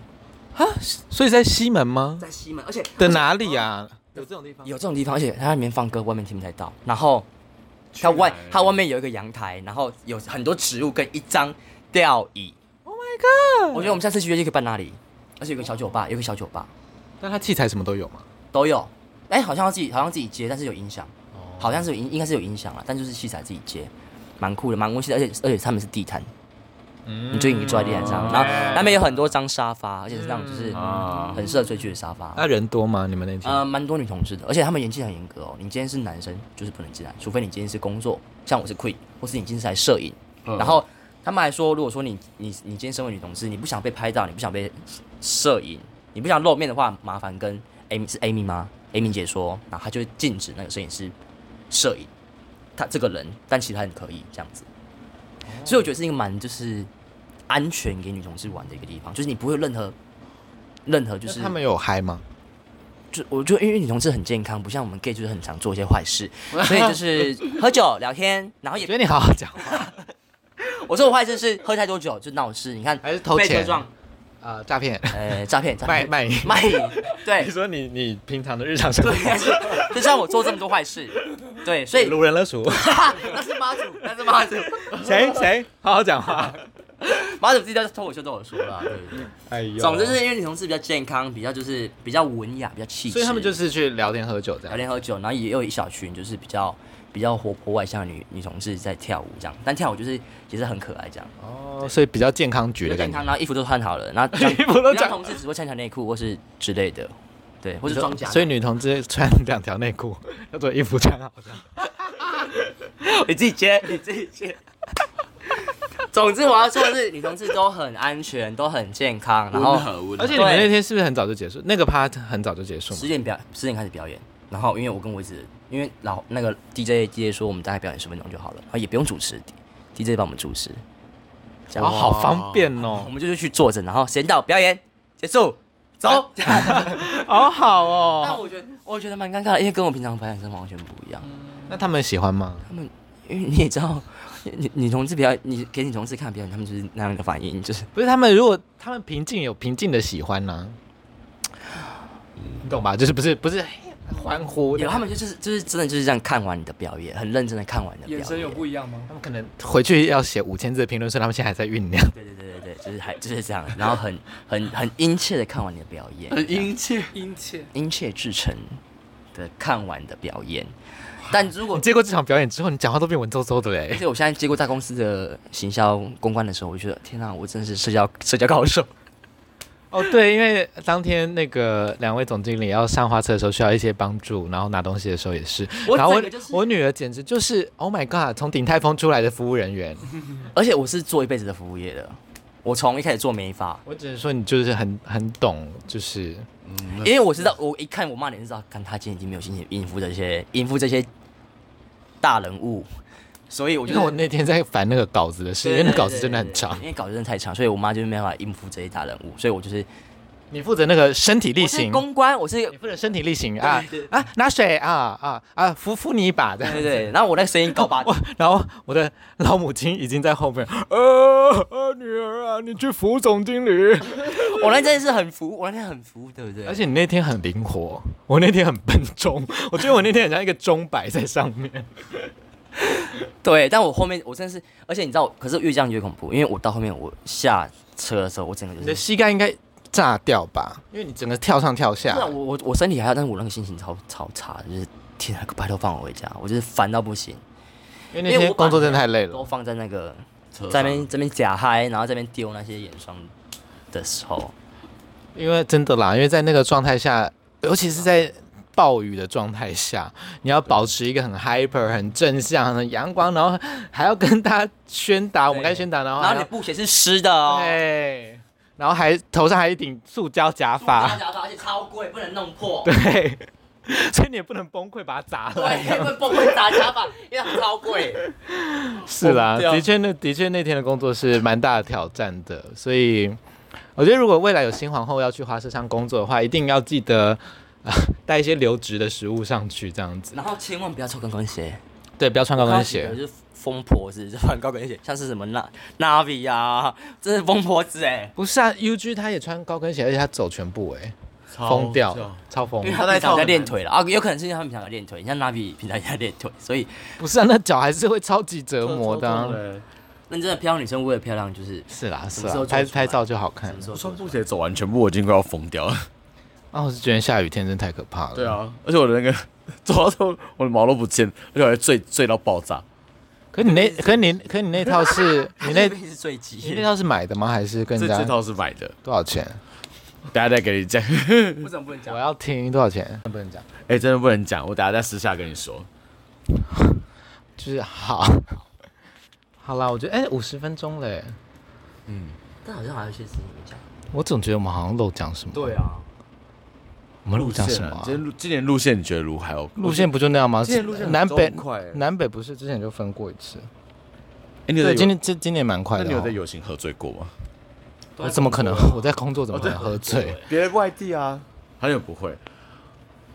Speaker 1: 所以在西门吗？
Speaker 2: 在西门，而且
Speaker 1: 的哪里啊？有这种地方
Speaker 2: 有这种地方，而且它那里面放歌，外面听不太到。然后它外它外面有一个阳台，然后有很多植物跟一张吊椅。Oh my god！我觉得我们下哦次去约就可以办那里，而且有个小酒吧，有个小酒吧
Speaker 1: 但它器材什么都有吗？
Speaker 2: 都有。哎、好像要自己好像自己接，但是有音响，好像是有音应该是有音响了，但就是器材自己接，蛮酷的，蛮温馨的，而且而且他们是地毯，
Speaker 1: 嗯
Speaker 2: 你就已经坐在地毯上，然后那边有很多张沙发，而且是那种就是
Speaker 3: 啊，
Speaker 2: 很适合追剧的沙发。
Speaker 1: 那啊人多吗？你们那天？
Speaker 2: 呃，蛮多女同志的，而且他们严禁很严格哦。你今天是男生，就是不能进来，除非你今天是工作，像我是 queen，或是你今天是来摄影。
Speaker 3: 嗯
Speaker 1: 嗯
Speaker 2: 然后他们还说，如果说你你你今天身为女同志，你不想被拍到，你不想被摄影，你不想露面的话，麻烦跟 Amy 是 Amy 吗？Amy 姐说，然后她就会禁止那个摄影师摄影他这个人，但其他人可以这样子。
Speaker 1: 哦
Speaker 2: 所以我觉得是一个蛮就是安全给女同志玩的一个地方，就是你不会有任何任何就
Speaker 1: 就是是他们有嗨吗？
Speaker 2: 就我就因为女同志很健康，不像我们 gay 就是很常做一些坏事，所以就是喝酒聊天，然后哦
Speaker 1: 我
Speaker 2: 也
Speaker 1: 觉得你好好讲话，
Speaker 2: 我说我坏事是喝太多酒就闹事，你看
Speaker 1: 还是偷
Speaker 2: 被车
Speaker 1: 钱？
Speaker 2: 撞，
Speaker 1: 呃，诈骗
Speaker 2: 呃，诈骗，诈
Speaker 1: 卖
Speaker 2: 骗，
Speaker 1: 卖淫。
Speaker 2: 卖淫，对
Speaker 1: 你说你你平常的日常生活
Speaker 2: 对，，但是就像我做这么多坏事，对， 所以
Speaker 1: 路人勒赎，
Speaker 2: 那是妈祖，那是妈祖，
Speaker 1: 谁谁好好讲话。
Speaker 2: 妈祖自己在脱口秀都有说了，对对对。
Speaker 1: 哎呦
Speaker 2: 总之是因为女同志比较健康，比较就是比较文雅，比较气质，
Speaker 1: 所以他们就是去聊天喝酒这
Speaker 2: 聊
Speaker 1: 样。
Speaker 2: 天喝酒，然后也有一小群就是比较比较活泼外向的女女同志在跳舞这样，但跳舞就是也是很可爱这样。
Speaker 1: 哦，所以比较健康局
Speaker 2: 比较
Speaker 1: 的感
Speaker 2: 健
Speaker 1: 觉
Speaker 2: 康，。然后衣服都穿好了， 然后衣
Speaker 1: 服都穿
Speaker 2: 同事只会穿条内裤或是之类的，对，或是装甲。
Speaker 1: 所以女同志穿两条内裤， 要做衣服穿好。
Speaker 2: 你自己接，你自己接。总之我要说的是，女同志都很安全，都很健康，然
Speaker 3: 温
Speaker 2: 后
Speaker 3: 和温和，
Speaker 1: 而且你们
Speaker 2: 对
Speaker 1: 那天是不是很早就结束？那个趴很早就结束吗
Speaker 2: 十？点表十点开始表演，然后因为我跟我一直因为老那个 DJ DJ 说我们大概表演十分钟就好了，然后也不用主持，DJ 帮我们主持，这
Speaker 1: 哦，
Speaker 2: 样
Speaker 1: 好方便
Speaker 2: 我
Speaker 1: 哦，
Speaker 2: 们就是去坐着，然后时间到表演结束，走。
Speaker 1: 好好
Speaker 2: 但
Speaker 1: 哎 哦。
Speaker 2: 我觉得我觉得蛮尴尬的，因为跟我平常表演生活完全不一样。
Speaker 1: 那他们喜欢吗？
Speaker 2: 因为你也知道，女女同志表演，你给女同志看表演，他们就是那样的反应，就是
Speaker 1: 不是，他们如果他们平静有平静的喜欢呢、你懂吧？就是不是不是欢呼的，
Speaker 2: 有他们就是就是真的就是这样看完你的表演，很认真的看完你的表演。
Speaker 5: 眼神有不一样吗？
Speaker 1: 他们可能回去要写五千字的评论，所以他们现在还在酝酿。
Speaker 2: 对对对对对，就是还就是这样，然后很很很殷切的看完你的表演，
Speaker 3: 很殷切，
Speaker 5: 殷切，
Speaker 2: 殷切至诚的看完你的表演。但如果
Speaker 1: 你接过这场表演之后，你讲话都变文绉绉的
Speaker 2: 而
Speaker 1: 嘞。
Speaker 2: 且我现在接过大公司的行销公关的时候，我就觉得天哪、我真的是社交社交高手。
Speaker 1: 哦，对，因为当天那个两位总经理要上花车的时候需要一些帮助，然后拿东西的时候也是，
Speaker 2: 我
Speaker 1: 然后我、
Speaker 2: 整个就是
Speaker 1: 我女儿简直就是 Oh my God，从鼎泰丰出来的服务人员。
Speaker 2: 而且我是做一辈子的服务业的，我从一开始做美发，
Speaker 1: 我只能说你就是很很懂，就是
Speaker 3: 嗯
Speaker 2: 因为我知道，我一看我骂脸就知道，看他今天已经没有心情应付这些应付这些大人物，所以我
Speaker 1: 因
Speaker 2: 就
Speaker 1: 为我那天在烦那个稿子的事，因为那稿子真的很长
Speaker 2: 因。为稿子真的太长，所以我妈就没办法应付这些大人物，所以我就是
Speaker 1: 你负责那个身体力
Speaker 2: 我是
Speaker 1: 行，
Speaker 2: 公关，我 是
Speaker 1: 你负责身体力行啊啊，拿水啊啊啊，扶扶你一把的
Speaker 2: 对。对对，然后我那个声音高八，
Speaker 1: 我然后我的老母亲已经在后面，呃，呃女儿啊，你去扶总经理。
Speaker 2: 我那真的是很服，我那天很服，对不对？
Speaker 1: 而且你那天很灵活，我那天很笨钟， 我觉得我那天很像一个钟摆在上面。
Speaker 2: 对，但我后面我真的是，而且你知道，可是越这样越恐怖，因为我到后面我下车的时候，我整个
Speaker 1: 你
Speaker 2: 就
Speaker 1: 的
Speaker 2: 是。
Speaker 1: 膝盖应该炸掉吧？因为你整个跳上跳下
Speaker 2: 不。啊然我我我身体还好，但是我那个心情超超差，就是天啊，拜托放我回家，我就是烦到不行。
Speaker 1: 因为那天工作真的太累
Speaker 2: 都
Speaker 1: 了。
Speaker 2: 放在那个
Speaker 3: 车
Speaker 2: 在那
Speaker 3: 上
Speaker 2: 边这边假嗨，然后这边丢那些眼霜的时候，
Speaker 1: 因为真的啦，因为在那个状态下，尤其是在暴雨的状态下，你要保持一个很 hyper、很正向、很阳光，然后还要跟大家宣达我们该宣达，然后
Speaker 2: 然后
Speaker 1: 还
Speaker 2: 你
Speaker 1: 要
Speaker 2: 的布鞋是湿的哦，
Speaker 1: 啊对，然后还头上还一顶塑胶假
Speaker 2: 塑胶
Speaker 1: 发，
Speaker 2: 假发，而且超贵，不能弄破。
Speaker 1: 对，所以你也不能崩溃把它砸
Speaker 2: 对，因
Speaker 1: 烂。
Speaker 2: 为崩溃打假发，因为它超 贵。
Speaker 1: 是啦，
Speaker 2: 崩掉
Speaker 1: 的确那的确那天的工作是蛮大的挑战的，所以我觉得如果未来有新皇后要去花市上工作的话，一定要记得 带一些流质的食物上去，这样子。
Speaker 2: 然后千万不要穿高跟鞋，
Speaker 1: 对，不要穿高跟
Speaker 2: 我看到
Speaker 1: 鞋
Speaker 2: 几。个就是疯婆子，就穿高跟鞋，像是什么那 Navi 啊，真是疯婆子哎、
Speaker 1: 不是啊，UG 他也穿高跟鞋，而且他走全部哎、疯掉，超疯
Speaker 2: 因为。
Speaker 3: 他
Speaker 2: 他
Speaker 3: 那一
Speaker 2: 平
Speaker 3: 套
Speaker 2: 常在
Speaker 3: 很
Speaker 2: 练
Speaker 3: 难
Speaker 2: 腿了啊，有可能是因为他们平常在练腿，像 Navi 平常也在练腿，所以
Speaker 1: 不是啊，那脚还是会超级折磨的 啊、
Speaker 2: 认真的漂亮女生为了漂亮就是
Speaker 1: 是啦，是
Speaker 2: 什么时候
Speaker 1: 啦，
Speaker 2: 做
Speaker 1: 拍
Speaker 2: 出来
Speaker 1: 拍照就好看
Speaker 2: 什么。时
Speaker 3: 我
Speaker 2: 候
Speaker 3: 穿
Speaker 2: 做
Speaker 3: 布鞋走完全部，我已经快要疯掉了。
Speaker 1: 啊，我是觉得下雨天真的太可怕了。
Speaker 3: 对，啊，而且我的那个 走到最后，我的毛都不见，而且我还醉醉到爆炸。
Speaker 1: 可你那，可你，可你那套 是你那，
Speaker 2: 是最
Speaker 1: 你
Speaker 2: 急
Speaker 1: 那，套是买的吗？还是跟
Speaker 3: 这
Speaker 1: 人
Speaker 3: 这
Speaker 1: 家
Speaker 3: 套是买的，
Speaker 1: 多少钱？
Speaker 3: 等下再给你讲。
Speaker 2: 为 什么不能讲
Speaker 1: 我？要听多少钱？不能讲，
Speaker 3: 哎、真的不能讲，我等下在私下跟你说。
Speaker 1: 就是好。 好啦，我觉得哎，五、十分钟嘞，
Speaker 2: 但好像还有一些事情没讲。
Speaker 1: 我总觉得我们好像漏讲什么。
Speaker 2: 对啊，
Speaker 1: 我们漏讲什么啊、
Speaker 3: 啊今天路今年路线你觉得如何？还有
Speaker 1: 路线不就那样吗？
Speaker 3: 今年路线很
Speaker 1: 南北
Speaker 3: 很快欸
Speaker 1: 南北不是之前就分过一次？
Speaker 3: 哎、你有在
Speaker 1: 对，今
Speaker 3: 有
Speaker 1: 年这今年蛮快
Speaker 3: 那
Speaker 1: 的、
Speaker 3: 你有在
Speaker 1: 哦。
Speaker 3: 友情喝醉过吗？
Speaker 1: 我怎么可能？
Speaker 3: 啊
Speaker 1: 我在工作
Speaker 3: 哦
Speaker 1: 怎么可能喝醉？
Speaker 3: 欸别人外地啊，好像也不会。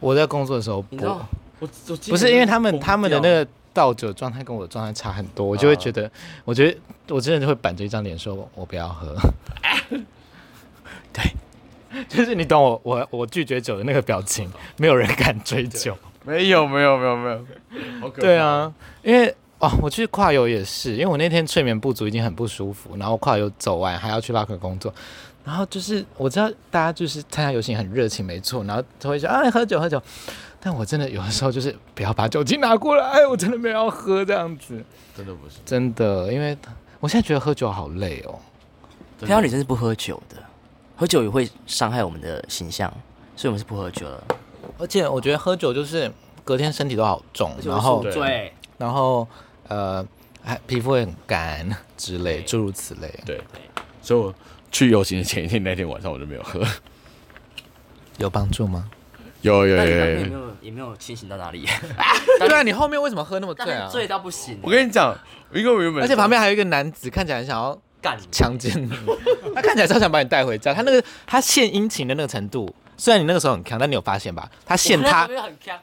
Speaker 1: 我在工作的时候不
Speaker 2: 你知道
Speaker 3: 我我
Speaker 1: 不是因为他们他们的那个倒酒状态跟我的状态差很多，我就会觉得，我觉得我真的就会板着一张脸说，我不要喝。对，就是你懂我我我拒绝酒的那个表情，没有人敢追酒。
Speaker 3: 没有没有没有没有，好可怕
Speaker 1: 对，啊，因为哦，我去跨游也是，因为我那天睡眠不足，已经很不舒服，然后跨游走完还要去拉客工作，然后就是我知道大家就是参加游行很热情，没错，然后都会说哎喝酒喝酒，但我真的有的时候就是不要把酒精拿过来，哎我真的没有要喝这样子，
Speaker 3: 真的不是。
Speaker 1: 真的，因为我现在觉得喝酒好累哦。
Speaker 2: 漂亮女生是不喝酒的，喝酒也会伤害我们的形象，所以我们是不喝酒的。
Speaker 1: 而且我觉得喝酒就是隔天身体都好重，然后
Speaker 3: 对
Speaker 2: 对，
Speaker 1: 然后呃，还皮肤会很干之类，诸如此类。
Speaker 3: 对，所以我去游行的前一天那天晚上我就没 有喝。
Speaker 1: 有帮助吗？
Speaker 3: 有有
Speaker 2: 但你
Speaker 3: 有
Speaker 2: 男
Speaker 3: 有
Speaker 2: 朋友也没
Speaker 3: 有。
Speaker 2: 有也没有清醒到哪里，
Speaker 1: 对啊，你后面为什么喝那么
Speaker 2: 但
Speaker 1: 醉啊
Speaker 2: 是？醉到不行。欸
Speaker 3: 我跟你讲，因为我原本
Speaker 1: 而且旁边还有一个男子，看起来很想要
Speaker 2: 干
Speaker 1: 强奸 你，他看起来超想把你带回家。他那个他献殷勤的那个程度，虽然你那个时候很强，但你有发现吧？他献他，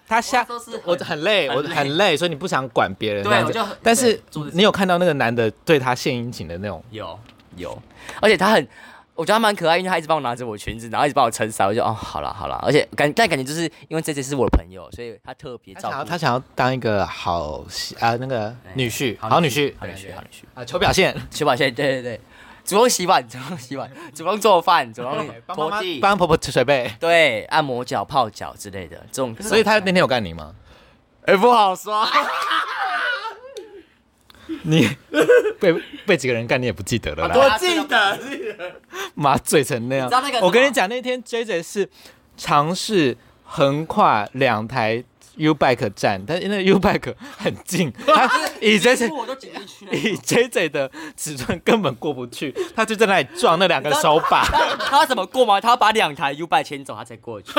Speaker 1: 他下我
Speaker 2: 我
Speaker 1: 很累，我
Speaker 2: 很累
Speaker 1: 很累，所以你不想管别人这
Speaker 2: 对
Speaker 1: 样
Speaker 2: 我就
Speaker 1: 子
Speaker 2: 很。
Speaker 1: 但是
Speaker 2: 对做自己
Speaker 1: 你有看到那个男的对他献殷勤的那种，
Speaker 2: 有有，而且他很，我觉得他蛮可爱，因为他一直帮我拿着我裙子，然后一直帮我撑伞，我就哦，好了好了，而且感但感觉就是因为这次是我的朋友，所以他特别
Speaker 1: 他
Speaker 2: 照
Speaker 1: 想要
Speaker 2: 顾
Speaker 1: 他想要当一个好媳啊那个
Speaker 2: 哎
Speaker 1: 女婿，
Speaker 2: 好
Speaker 1: 好女
Speaker 2: 女
Speaker 1: 婿，
Speaker 2: 好女婿好女婿，
Speaker 1: 啊，求表现，
Speaker 2: 去吧先，对对对，主动洗碗，主动洗碗，主动做饭，主动
Speaker 1: 帮妈
Speaker 2: 拖
Speaker 1: 妈
Speaker 2: 地，
Speaker 1: 帮婆婆捶捶背。
Speaker 2: 对，按摩脚、泡脚之类的这种，
Speaker 1: 所以他那天有干你吗？
Speaker 3: 哎、不好说，
Speaker 1: 你 被被几个人干，你也不记得了啦。
Speaker 2: 我记得，
Speaker 1: 妈醉成那样。
Speaker 2: 你知道那个什么
Speaker 1: 我跟你讲，那天 J J 是尝试横跨两台 U Bike 站，但是那个 U Bike 很 近，他以 J J
Speaker 2: 我都挤进去了。
Speaker 1: 以 J J 的尺寸根本过不去，他就在那里撞那两个手 把。
Speaker 2: 他 他怎么过吗？他要把两台 U 拜牵走，他才 过去，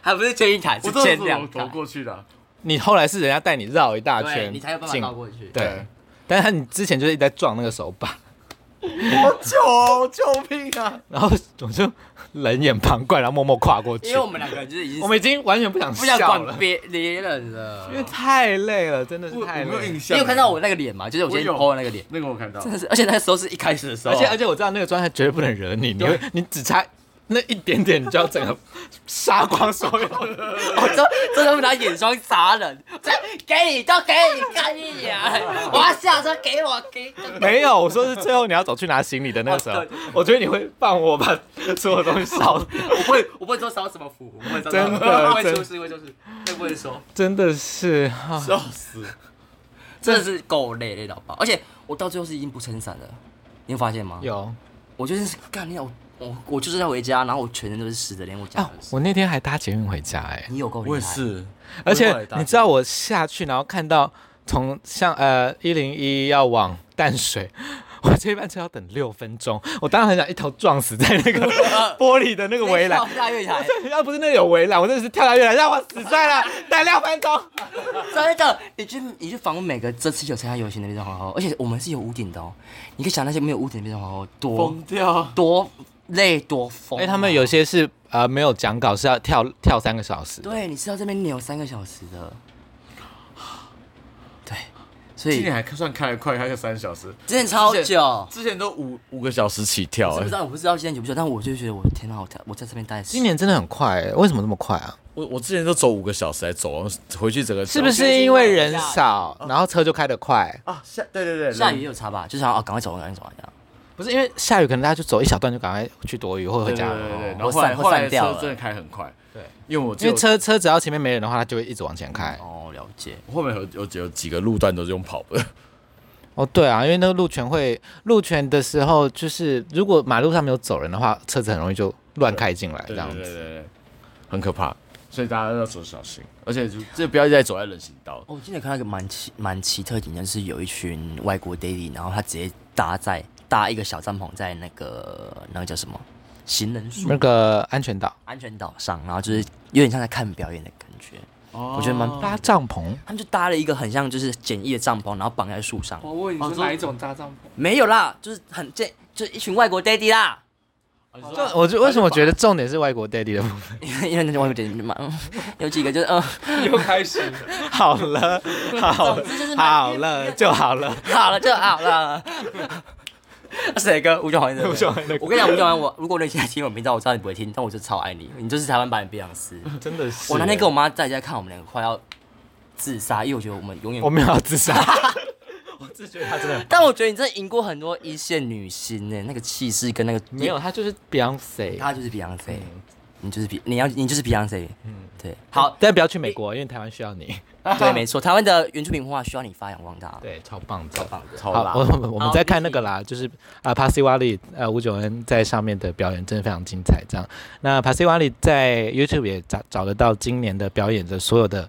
Speaker 2: 还不是牵一台，
Speaker 3: 我
Speaker 2: 是
Speaker 3: 真的
Speaker 2: 牵
Speaker 3: 是
Speaker 2: 两
Speaker 3: 我
Speaker 2: 台
Speaker 3: 头，过去的啊、
Speaker 1: 你后来是人家带你绕一大
Speaker 2: 对
Speaker 1: 圈，
Speaker 2: 你才有办法
Speaker 1: 进
Speaker 2: 倒过去。
Speaker 1: 对，但是他你之前就是一直在撞那个手把，
Speaker 3: 好久、哦，救命啊！
Speaker 1: 然后我就冷眼旁观，然后默默跨过
Speaker 2: 因
Speaker 1: 去
Speaker 2: 为。我们两个人就是已经
Speaker 1: 我们已经完全不想
Speaker 2: 不想
Speaker 1: 笑
Speaker 2: 管
Speaker 1: 了，
Speaker 2: 别别人了
Speaker 1: 因。为太累了，真的是
Speaker 3: 我我
Speaker 1: 太
Speaker 3: 没
Speaker 1: 累
Speaker 3: 有
Speaker 1: 了
Speaker 3: 印。
Speaker 2: 你
Speaker 3: 象。
Speaker 2: 有看到我那个脸吗？就是我今
Speaker 3: 我
Speaker 2: 天
Speaker 3: 有
Speaker 2: PO 的那个脸，
Speaker 3: 那个？我看到
Speaker 2: 真。的是，而且那个时候是一开始的时候，
Speaker 1: 而且而且我知道那个状态绝对不能惹你，你会你只差那一点点，你就要整 个杀光所有人。
Speaker 2: 我哦真真的会拿眼霜砸人，这给你都给你干你 呀！我要下车给我给，
Speaker 1: 没有，我说是最后你要走去拿行李的那个 时候
Speaker 2: 哦对，
Speaker 1: 我觉得你会放我把所有东西烧，
Speaker 2: 我不会我不会说烧什么符，我不会烧什么
Speaker 1: 真的
Speaker 2: 我会
Speaker 1: 真
Speaker 2: 出事，会出事，会不会说？
Speaker 1: 真的是啊
Speaker 3: 笑死！
Speaker 2: 真的是够累累到爆，而且我到最后是已经不撑伞了，你有发现吗？，
Speaker 1: 有
Speaker 2: 我就是干你我我我就是要回家，然后我全身都是湿的，连我脚
Speaker 1: 啊
Speaker 2: 都！是。
Speaker 1: 我那天还搭捷运回家哎、
Speaker 2: 你有够厉害，
Speaker 3: 我也是，
Speaker 1: 而且你知道我下去，然后看到从像呃一零一要往淡水， 我这一班车要等六分钟，我当然很想一头撞死在 那个玻璃的那个围栏
Speaker 2: 跳。下月台，
Speaker 1: 要不是那有围栏，我真的是跳下月来，让我死算了，待六分钟。
Speaker 2: 真的，你去你去访问每个这次有参加游行的变装皇后，而且我们是有屋顶的哦，你可以想那些没有屋顶的变装皇后多
Speaker 3: 疯掉。
Speaker 2: 多累多疯啊。
Speaker 1: 哎，他们有些是呃没有讲稿，是要跳跳三个小时。，
Speaker 2: 对，你是要这边扭三个小时 的，对，所
Speaker 3: 今
Speaker 2: 以
Speaker 3: 年还算开得快，开个三小时，
Speaker 2: 真的超久。
Speaker 3: 之前都五五个小时起跳、
Speaker 2: 我
Speaker 3: 哎
Speaker 2: 不知道，我不知道今天久不久，但我就觉得我天哪，我在我在这边待
Speaker 1: 今年真的很快、欸，为什么这么快啊？
Speaker 3: 哎我我之前都走五个小时才走，回去整个
Speaker 1: 是不
Speaker 2: 觉得
Speaker 1: 是
Speaker 2: 是
Speaker 1: 因
Speaker 2: 因
Speaker 1: 为
Speaker 2: 为
Speaker 1: 人
Speaker 2: 下雨
Speaker 1: 少，然后车就开得快？
Speaker 3: 啊？下对对对，
Speaker 2: 下雨也有差吧，就想哦，赶快走，赶快走，赶快走。
Speaker 1: 不是因为下雨，可能大家就走一小段就赶快去躲雨或者回
Speaker 3: 对对
Speaker 1: 家了。
Speaker 3: 对对，然
Speaker 2: 我
Speaker 3: 后后来
Speaker 2: 散我
Speaker 3: 后来
Speaker 2: 散掉
Speaker 3: 车
Speaker 2: 了
Speaker 3: 真的开很快，对，因为我只
Speaker 1: 因
Speaker 3: 有
Speaker 1: 为车车只要前面没人的话，它就会一直往前开。
Speaker 2: 哦，了解。
Speaker 3: 我后面有有有几个路段都是用跑的，
Speaker 1: 哦，对啊，因为那个路权会路权的时候，就是如果马路上没有走人的话，车子很容易就乱开进来这
Speaker 3: 对
Speaker 1: 样
Speaker 3: 对
Speaker 1: 子。
Speaker 3: 对对对，很可怕，所以大家要走小心，而且就这不要再走在人行道，
Speaker 2: 哦，我今天有看到一个蛮奇蛮奇特的景象，是有一群外国 daily，然后他直接搭在搭一个小帐篷在那个那个叫什么行人树
Speaker 1: 那个安全岛
Speaker 2: 安全岛上，然后就是有点像在看表演的感觉。
Speaker 1: 哦
Speaker 2: 我觉得蛮
Speaker 1: 搭帐篷，
Speaker 2: 他们就搭了一个很像就是简易的帐篷，然后绑在树上。
Speaker 5: 我问你
Speaker 3: 哦
Speaker 5: 说
Speaker 3: 这
Speaker 5: 哪一种搭帐篷？
Speaker 2: 没有啦，就是很这就是一群外国 daddy 啦，
Speaker 1: 就 我就为什么觉得重点是外国 daddy 的部分？
Speaker 2: 因为因为那些外国 daddy 嘛，嗯 有几个就是嗯，
Speaker 5: 又开始了，
Speaker 1: 好了， 好了，好了就好了。
Speaker 2: 好了就好了。 谁哥？吴俊豪，吴俊豪，我跟你讲，吴俊豪，我如果你现在听我频道，我知道你不会听，但我就超爱你，你就是台湾版的碧昂斯。
Speaker 1: 真的是
Speaker 2: 我那天跟我妈在家看，我们两个快要自杀，因为我觉得我们永远
Speaker 1: 我没有要自杀，我只觉得他真的
Speaker 2: 但我觉得你真的赢过很多一线女星呢、那个气势跟那个
Speaker 1: 没有，，他就是 Beyonce。
Speaker 2: 她就是 Beyonce，、你
Speaker 1: 嗯
Speaker 2: 就是 B，你要你就是 Beyonce，嗯，对，
Speaker 1: 好，但不要去美国，因为台湾需要你。
Speaker 2: 对，没错，台湾的原住民文化需要你发扬光大，
Speaker 1: 对，超棒的。
Speaker 2: 棒的，
Speaker 3: 超
Speaker 1: 好，我
Speaker 3: 辣，
Speaker 1: 我我们在看那个啦，就是啊 p a s i w a l i 呃吴九恩在上面的表演真的非常精彩。这样，那 p a s i w a l i 在 YouTube 也找找得到今年的表演的所有的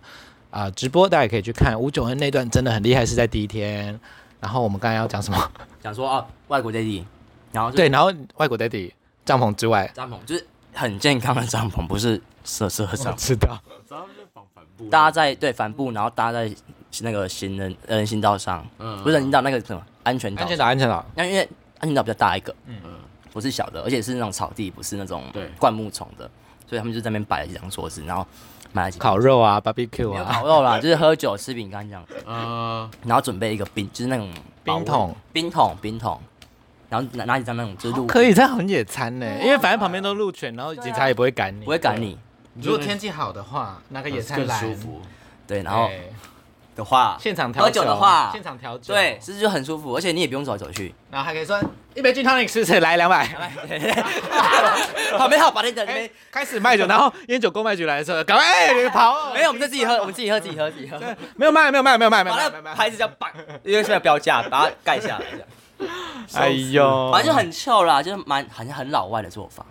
Speaker 1: 啊、直播，大家也可以去看。吴九恩那段真的很厉害，是在第一天。然后我们刚才要讲什 么？
Speaker 2: 想说啊，外国 daddy，然后就
Speaker 1: 对，然后外国 Daddy 帐篷之外，
Speaker 2: 帐篷就是很健康的帐篷，不是色色的
Speaker 1: 我
Speaker 2: 帐篷，
Speaker 1: 知道。嗯
Speaker 3: 啊
Speaker 2: 搭在对帆布，然后搭在那个行人呃人行道上，
Speaker 3: 嗯
Speaker 2: 不是人行道那个什么安全岛
Speaker 1: 安全，岛，安全岛，
Speaker 2: 那因为安全岛比较大一个，
Speaker 3: 嗯
Speaker 2: 不是小的，而且是那种草地，不是那种
Speaker 3: 对
Speaker 2: 灌木丛的，所以他们就在那边摆了几张桌子，然后买了几
Speaker 1: 烤肉啊，barbecue
Speaker 2: 没有
Speaker 1: 啊，
Speaker 2: 烤肉啦，就是喝酒吃饼干这样子，
Speaker 3: 啊，
Speaker 2: 然后准备一个冰，就是那种保温
Speaker 1: 冰桶，
Speaker 2: 冰桶，冰桶，然后拿拿几张那种就是路
Speaker 1: 哦可以这样很野餐呢、因为反正旁边都鹿犬，然后警察也不会赶你，
Speaker 2: 啊不会赶。你，
Speaker 1: 如果天气好的话，拿个野餐
Speaker 3: 更
Speaker 1: 篮
Speaker 3: 舒，服，
Speaker 2: 对，
Speaker 1: 对
Speaker 2: 然后的话，
Speaker 1: 现场调
Speaker 2: 喝酒的话，
Speaker 1: 现场调酒，
Speaker 2: 对，是不是就很舒服，而且你也不用走来走 去，
Speaker 1: 然后还可以说一杯 gin tonic 是谁来两百，
Speaker 2: 旁边还有白天在那
Speaker 1: 哎
Speaker 2: 边，
Speaker 1: 开 始卖酒，然后烟酒公卖局来的时候，赶快哎跑，
Speaker 2: 没有，我们就自己喝，我们自己喝，自己喝，自己喝，
Speaker 1: 没有卖，没有卖，没有卖，没有
Speaker 2: 把
Speaker 1: 卖
Speaker 2: 那
Speaker 1: 没有
Speaker 2: 个
Speaker 1: 卖，
Speaker 2: 牌子叫绑，因为现在标价把它盖下来，这样，
Speaker 1: 哎呦，
Speaker 2: 反正就很臭啦，就是蛮好像很老外的做法，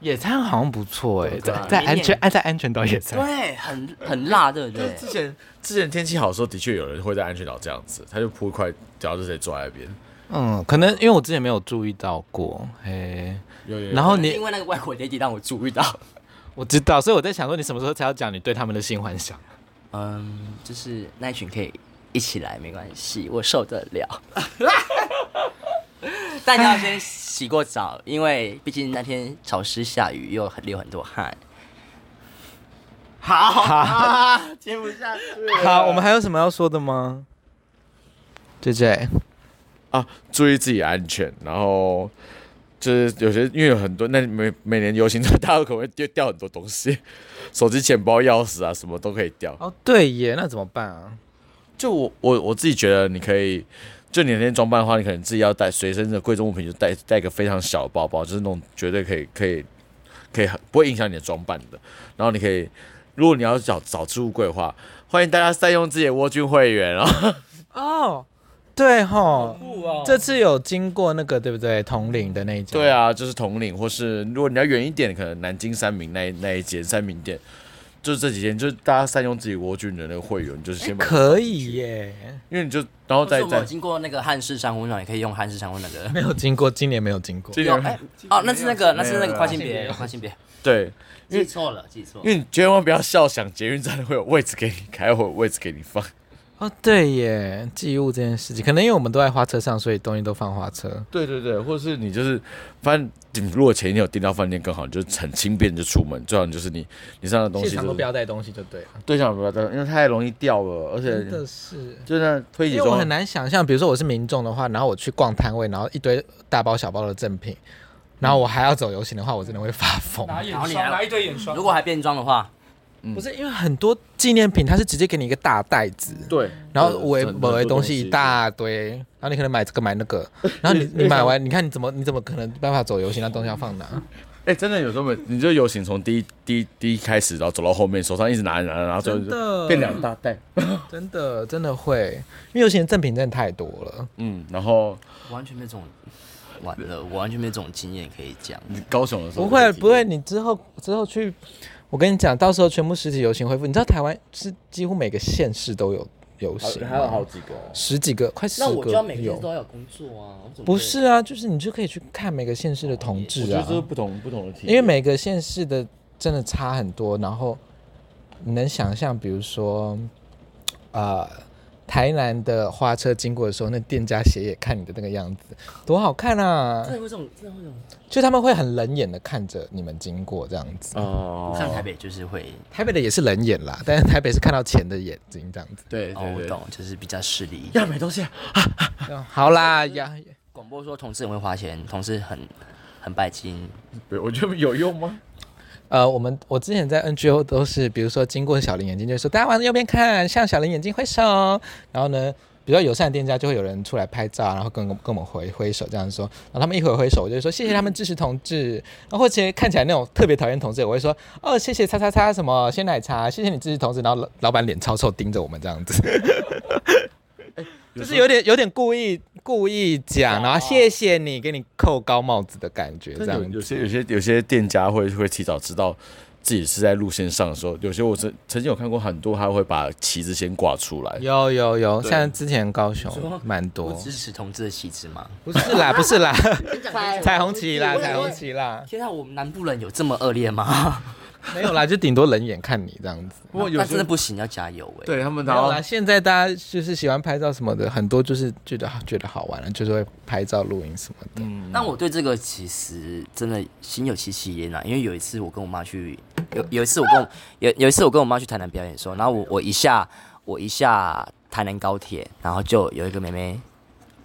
Speaker 1: 野餐好像不错哎，在
Speaker 3: 对
Speaker 1: 在
Speaker 2: 明
Speaker 1: 安
Speaker 2: 年
Speaker 1: 全在安全岛野餐，
Speaker 2: 啊对，啊很 很辣，对不对？
Speaker 3: 之前之前天气好的时候，的确有人会在安全岛这样子，他就铺一块，然后就直接坐在那边。
Speaker 1: 嗯，可能因为我之前没有注意到过，哎，
Speaker 3: 有有有
Speaker 1: 然后
Speaker 2: 是
Speaker 1: 你
Speaker 2: 因为那个外国爹地让我注意到，
Speaker 1: 我知道，所以我在想说，你什么时候才要讲你对他们的性幻想？
Speaker 2: 嗯，就是那一群可以一起来，没关系，我受得了。 但你要先洗过澡，因为毕竟那天潮湿下雨，又很流很多汗。
Speaker 1: 好，我们还有什么要说的吗？J J，
Speaker 3: 啊，注意自己安全，然后就是有些因为有很多，那每每年游行，大家可能会丢掉很多东西，手机、钱包、钥匙啊，什么都可以掉。
Speaker 1: 哦，对耶，那怎么办啊？
Speaker 3: 就我我我自己觉得，你可以，就你那天装扮的话，你可能自己要带随身的贵重物品，就带带一个非常小的包包，就是那种绝对可以可以可以很不会影响你的装扮的。然后你可以，如果你要找找置物柜的话，欢迎大家善用自己的蜗居会员哦。
Speaker 1: 哦，对吼，这次有经过那个对不对？统领的那一家，
Speaker 3: 对，啊，就是统领，或是如果你要远一点，可能南京三明那一那一间三明店，就是这几天，就是大家善用自己蜗居的那个会员，就是先把，
Speaker 1: 可以耶，
Speaker 3: 因为你就
Speaker 1: 哦
Speaker 3: 然后
Speaker 2: 或
Speaker 3: 再
Speaker 2: 者我们有
Speaker 3: 再
Speaker 2: 经过那个汉室山温暖，也可以用汉室山温暖的。
Speaker 1: 没有经过，今年没有经过，
Speaker 3: 这
Speaker 2: 有
Speaker 3: 个
Speaker 2: 哎、哦，那是那个，那是那
Speaker 3: 没
Speaker 2: 个
Speaker 3: 有
Speaker 2: 跨性别，跨性别，
Speaker 3: 对，
Speaker 2: 记错了，记错
Speaker 3: 因。为你千万不要笑想捷运站会有位置给你开，会有位置给你放，
Speaker 1: 哦，对耶，寄物这件事情，可能因为我们都在花车上，所以东西都放花车。
Speaker 3: 对对对，或者是你就是，反正你如果前一天有订到饭店更好，你就是很轻便就出门，最好你就是你你身上的东西、
Speaker 1: 现
Speaker 3: 就
Speaker 1: 场
Speaker 3: 是
Speaker 1: 都不要带东西就对了。
Speaker 3: 对象不要带，因为太容易掉了，而且
Speaker 1: 真的是，
Speaker 3: 就是那推
Speaker 1: 因
Speaker 3: 挤
Speaker 1: 为我
Speaker 3: 中
Speaker 1: 很难想象，比如说我是民众的话，然后我去逛摊位，然后一堆大包小包的赠品，然后我还要走游行的话，我真的会发疯。
Speaker 5: 拿眼
Speaker 2: 然后
Speaker 5: 霜，
Speaker 2: 你还
Speaker 5: 拿一堆眼 霜。
Speaker 2: 如果还变装的话，
Speaker 1: 不是因为很多纪念品，它是直接给你一个大袋子，
Speaker 3: 对，呃
Speaker 1: 然后我也
Speaker 3: 很
Speaker 1: 买
Speaker 3: 多
Speaker 1: 东西一大堆，然后你可能买这个买那个，然后 你你买完，你看你怎么你怎么可能办法走游行？那东西要放哪？
Speaker 3: 哎、真的有时候没，你就游行从第一第一第一开始，然后走到后面，手上一直拿拿拿，然后最后
Speaker 1: 真
Speaker 3: 就
Speaker 1: 的
Speaker 3: 变两大袋，
Speaker 1: 真的真的会，因为游行的赠品真的太多了。
Speaker 3: 嗯，然后
Speaker 2: 完全没有这种完了，我完全没有这种经验可以讲。
Speaker 3: 你高雄的时候
Speaker 1: 不会
Speaker 3: 就可以
Speaker 1: 不会，你之后之后去，我跟你讲，到时候全部实体游行恢复，你知道台湾是几乎每个县市都有游行吗，
Speaker 3: 还有好几个、哦，
Speaker 1: 十几个，快十个有。
Speaker 2: 要有工作啊？我怎么
Speaker 1: 不
Speaker 2: 会
Speaker 1: 是啊，就是你就可以去看每个县市的同
Speaker 3: 我
Speaker 1: 志
Speaker 3: 觉得
Speaker 1: 啊
Speaker 3: 这，是不同不同的体
Speaker 1: 因
Speaker 3: 验，
Speaker 1: 为每个县市的啊真的差很多。然后你能想象，比如说，呃，台南的花车经过的时候，那店家斜眼看你的那个样子，多好看啊！
Speaker 2: 真的会这种，真的会这种。
Speaker 1: 就他们会很冷眼的看着你们经过这样子。
Speaker 3: 哦
Speaker 2: 我看台北就是会，
Speaker 1: 台北的也是冷眼啦， 但是台北是看到钱的眼睛这样 子。
Speaker 3: 对
Speaker 2: 哦，
Speaker 3: 对
Speaker 2: 我
Speaker 3: 对，
Speaker 2: 懂，就是比较势利。
Speaker 3: 要买东西、啊，
Speaker 1: 好啦呀，
Speaker 2: 广播说同志很会花钱，同志很很拜金，
Speaker 3: 对我觉得有用吗？
Speaker 1: 呃，我们我之前在 NGO 都是，比如说经过小林眼镜，就会说大家往右边看，向小林眼镜挥手。然后呢，比较友善的店家就会有人出来拍照，然后跟我跟我们挥挥手这样说。然后他们一会儿挥手，我就会说谢谢他们支持同志。然后或者看起来那种特别讨厌同志，我会说哦谢谢叉叉叉什么鲜奶茶，谢谢你支持同志。然后老老板脸超臭盯着我们这样子。就是有点有点故意故意讲，然后谢谢你，给你扣高帽子的感觉，这
Speaker 3: 但有
Speaker 1: 样
Speaker 3: 有
Speaker 1: 子。
Speaker 3: 些有些有些店家会会提早知道自己是在路线上的时候，有些我曾曾经有看过很多，他会把旗子先挂出来，
Speaker 1: 有有有，
Speaker 3: 对
Speaker 1: 像之前高雄
Speaker 2: 说
Speaker 1: 蛮
Speaker 2: 不
Speaker 1: 多，
Speaker 2: 支持同志的旗帜吗？
Speaker 1: 不是啦，不是啦，
Speaker 2: 彩
Speaker 1: 彩虹旗啦，
Speaker 2: 我也
Speaker 1: 彩虹旗啦，
Speaker 2: 天啊，我们南部人有这么恶劣吗？
Speaker 1: 没有啦，就顶多冷眼看你这样子。
Speaker 3: 不过有
Speaker 2: 那啊真
Speaker 3: 些
Speaker 2: 的不行，要加油哎、
Speaker 3: 对他们
Speaker 1: 没
Speaker 3: 然
Speaker 1: 有
Speaker 3: 后
Speaker 1: 啦，现在大家就是喜欢拍照什么的，很多就是觉得觉得好玩了，就是会拍照录影什么的。
Speaker 2: 但我对这个其实真的心有戚戚焉啊，因为有一次我跟我妈去，有有一次我跟我有有一次我跟我妈去台南表演的时候，然后我我一下我一下台南高铁，然后就有一个妹妹，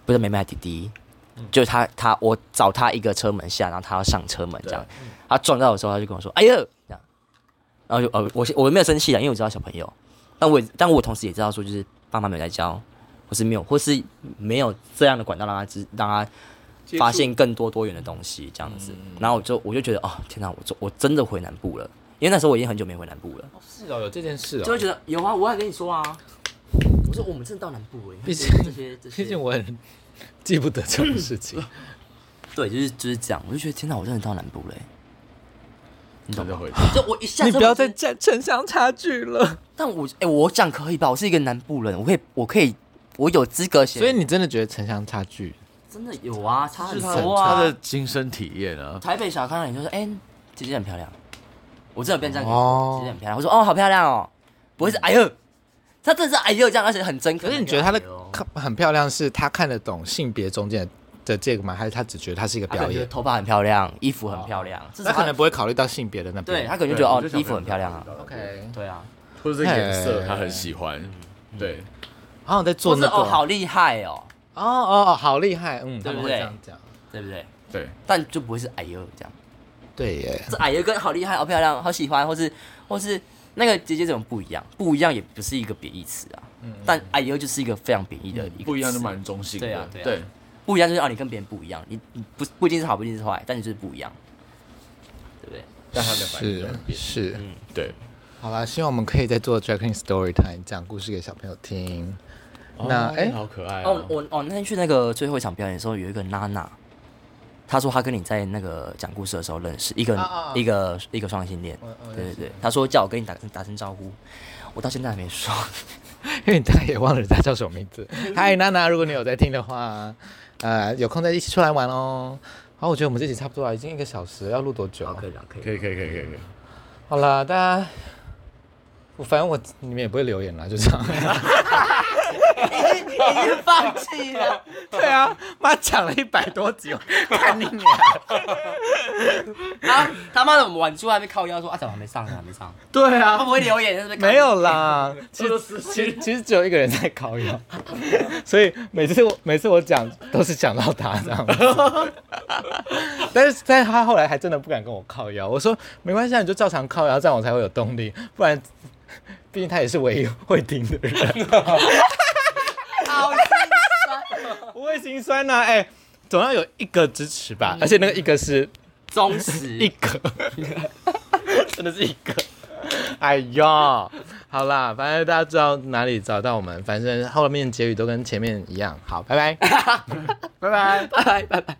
Speaker 2: 不是妹妹还弟弟，就她她我找她一个车门下，然后她要上车门这样，她撞到我的时候，她就跟我说：“哎呦！”这样，然后就呃我我没有生气啊，因为我知道小朋友，但我也但我同时也知道说就是爸妈没有在教。或是没有，或是没有这样的管道让他知让他
Speaker 4: 接触
Speaker 2: 发现更多多元的东西，这样子。然后我就我就觉得，哦，天哪，我就我真的回南部了，因为那时候我已经很久没回南部了，
Speaker 1: 是哦，有这件事
Speaker 2: 就 会觉得有啊，我还跟你说啊，我说我们真的到南部了，
Speaker 1: 毕
Speaker 2: 毕
Speaker 1: 竟
Speaker 2: 竟这些这些，
Speaker 1: 毕竟我很记不得这种事情。
Speaker 2: 对，就是就是这样，我就觉得天哪，我真的到南部了，你懂
Speaker 3: 真的
Speaker 2: 吗？
Speaker 3: 会
Speaker 2: 就我一下车
Speaker 1: 你
Speaker 2: 门
Speaker 1: 不要再
Speaker 2: 就，
Speaker 1: 站城乡差距了。
Speaker 2: 但我哎、我讲可以吧？我是一个南部人，我可以，我可以，我有资格写，
Speaker 1: 所以你真的觉得城乡差距？
Speaker 2: 真的有啊，差很
Speaker 3: 是
Speaker 2: 多啊，
Speaker 3: 他的亲身体验啊，
Speaker 2: 台北小看到你就说，哎、姐姐很漂亮，我真的变这样，
Speaker 1: 哦
Speaker 2: 姐姐很漂亮，我说哦，好漂亮哦，不会是哎呦，她真的是哎呦这样，而且很真
Speaker 1: 可
Speaker 2: 可
Speaker 1: 是你觉得她的
Speaker 2: 哎呦
Speaker 1: 看很漂亮，是她看得懂性别中间的这个吗？还是她只觉得她是一个
Speaker 2: 她可
Speaker 1: 表
Speaker 2: 能觉得
Speaker 1: 演？
Speaker 2: 头发很漂亮，衣服很漂亮，这是
Speaker 1: 她可能
Speaker 2: 她
Speaker 1: 不会考虑到性别的那边。
Speaker 2: 对她可能就觉得哦，衣服很漂亮啊，
Speaker 1: OK，
Speaker 2: 对啊，
Speaker 3: 或者是
Speaker 1: 哎
Speaker 3: 颜色
Speaker 1: 嘿
Speaker 3: 他很喜欢，
Speaker 1: 嗯
Speaker 3: 对，
Speaker 1: 好像在
Speaker 2: 或
Speaker 1: 做
Speaker 2: 是
Speaker 1: 那个
Speaker 2: 哦好厉害哦，
Speaker 1: 哦哦哦，好厉害，嗯，他
Speaker 2: 对
Speaker 1: 们
Speaker 2: 不
Speaker 1: 会
Speaker 2: 对
Speaker 1: 这样讲，
Speaker 2: 对不对？
Speaker 3: 对，
Speaker 2: 但就不会是哎呦这样，
Speaker 1: 对耶，
Speaker 2: 这哎呦跟好厉害、好漂亮、好喜欢，或是或是那个姐姐怎么不一样？不一样也不是一个贬义词啊，但哎呦就是一个非常贬义的一个
Speaker 3: 不一样就
Speaker 2: 词
Speaker 3: 蛮中性
Speaker 2: 对
Speaker 3: 的
Speaker 2: 啊，对啊不一样就是哦，你跟别人不一样，你你不不一定是好，不一定是坏，但你就是不一样，对不嗯对？
Speaker 3: 但他的反应
Speaker 1: 是
Speaker 3: 就很变
Speaker 1: 是，
Speaker 3: 对，
Speaker 1: 好啦，希望我们可以再做 Drag Queen Story Time，讲故事给小朋友听。那
Speaker 3: 哦
Speaker 1: 哎
Speaker 3: 好可爱
Speaker 2: 哦
Speaker 3: 哦，，
Speaker 2: 我哦那天去那个最后一场表演的时候，有一个娜娜，她说她跟你在那个讲故事的时候认识一个
Speaker 1: 啊啊啊
Speaker 2: 一个一个双性恋
Speaker 1: 我我，
Speaker 2: 对对对，她说叫哦我跟你打打声招呼，我到现在还没说，
Speaker 1: 因为他也忘了他叫什么名字。嗨，娜娜，如果你有在听的话，呃，有空再一起出来玩哦。好，我觉得我们这集差不多了，已经一个小时了，要录多久？啊
Speaker 2: 哦可以了，可以
Speaker 3: 可以可以可以可以可以，
Speaker 1: 好啦，大家，我反正我你们也不会留言啦，就这样。
Speaker 2: 已经 已经放弃了。
Speaker 1: 对啊，妈讲了一百多集，看你娘！
Speaker 2: 啊，他妈的，我们晚出还没靠腰说啊， 怎么还没上呢？还没上？
Speaker 1: 对
Speaker 2: 他
Speaker 1: 啊，
Speaker 2: 不会留言是不是？
Speaker 1: 没有啦，其实其实其实只有一个人在考验， 所以每次我每次我讲都是讲到他这样子。 但是但是他后来还真的不敢跟我靠腰，我说没关系，啊，你就照常靠腰，这样我才会有动力，不然毕竟他也是唯一 会听的人。
Speaker 2: 好心酸，
Speaker 1: 不会心酸呐、哎、总要有一个支持吧，而且那个一个是
Speaker 2: 忠实
Speaker 1: 一个， 真的是一个。哎呦，好啦，反正大家知道哪里找到我 们，反正后面结语都跟前面一样。好，拜拜。
Speaker 2: 拜拜拜拜拜拜。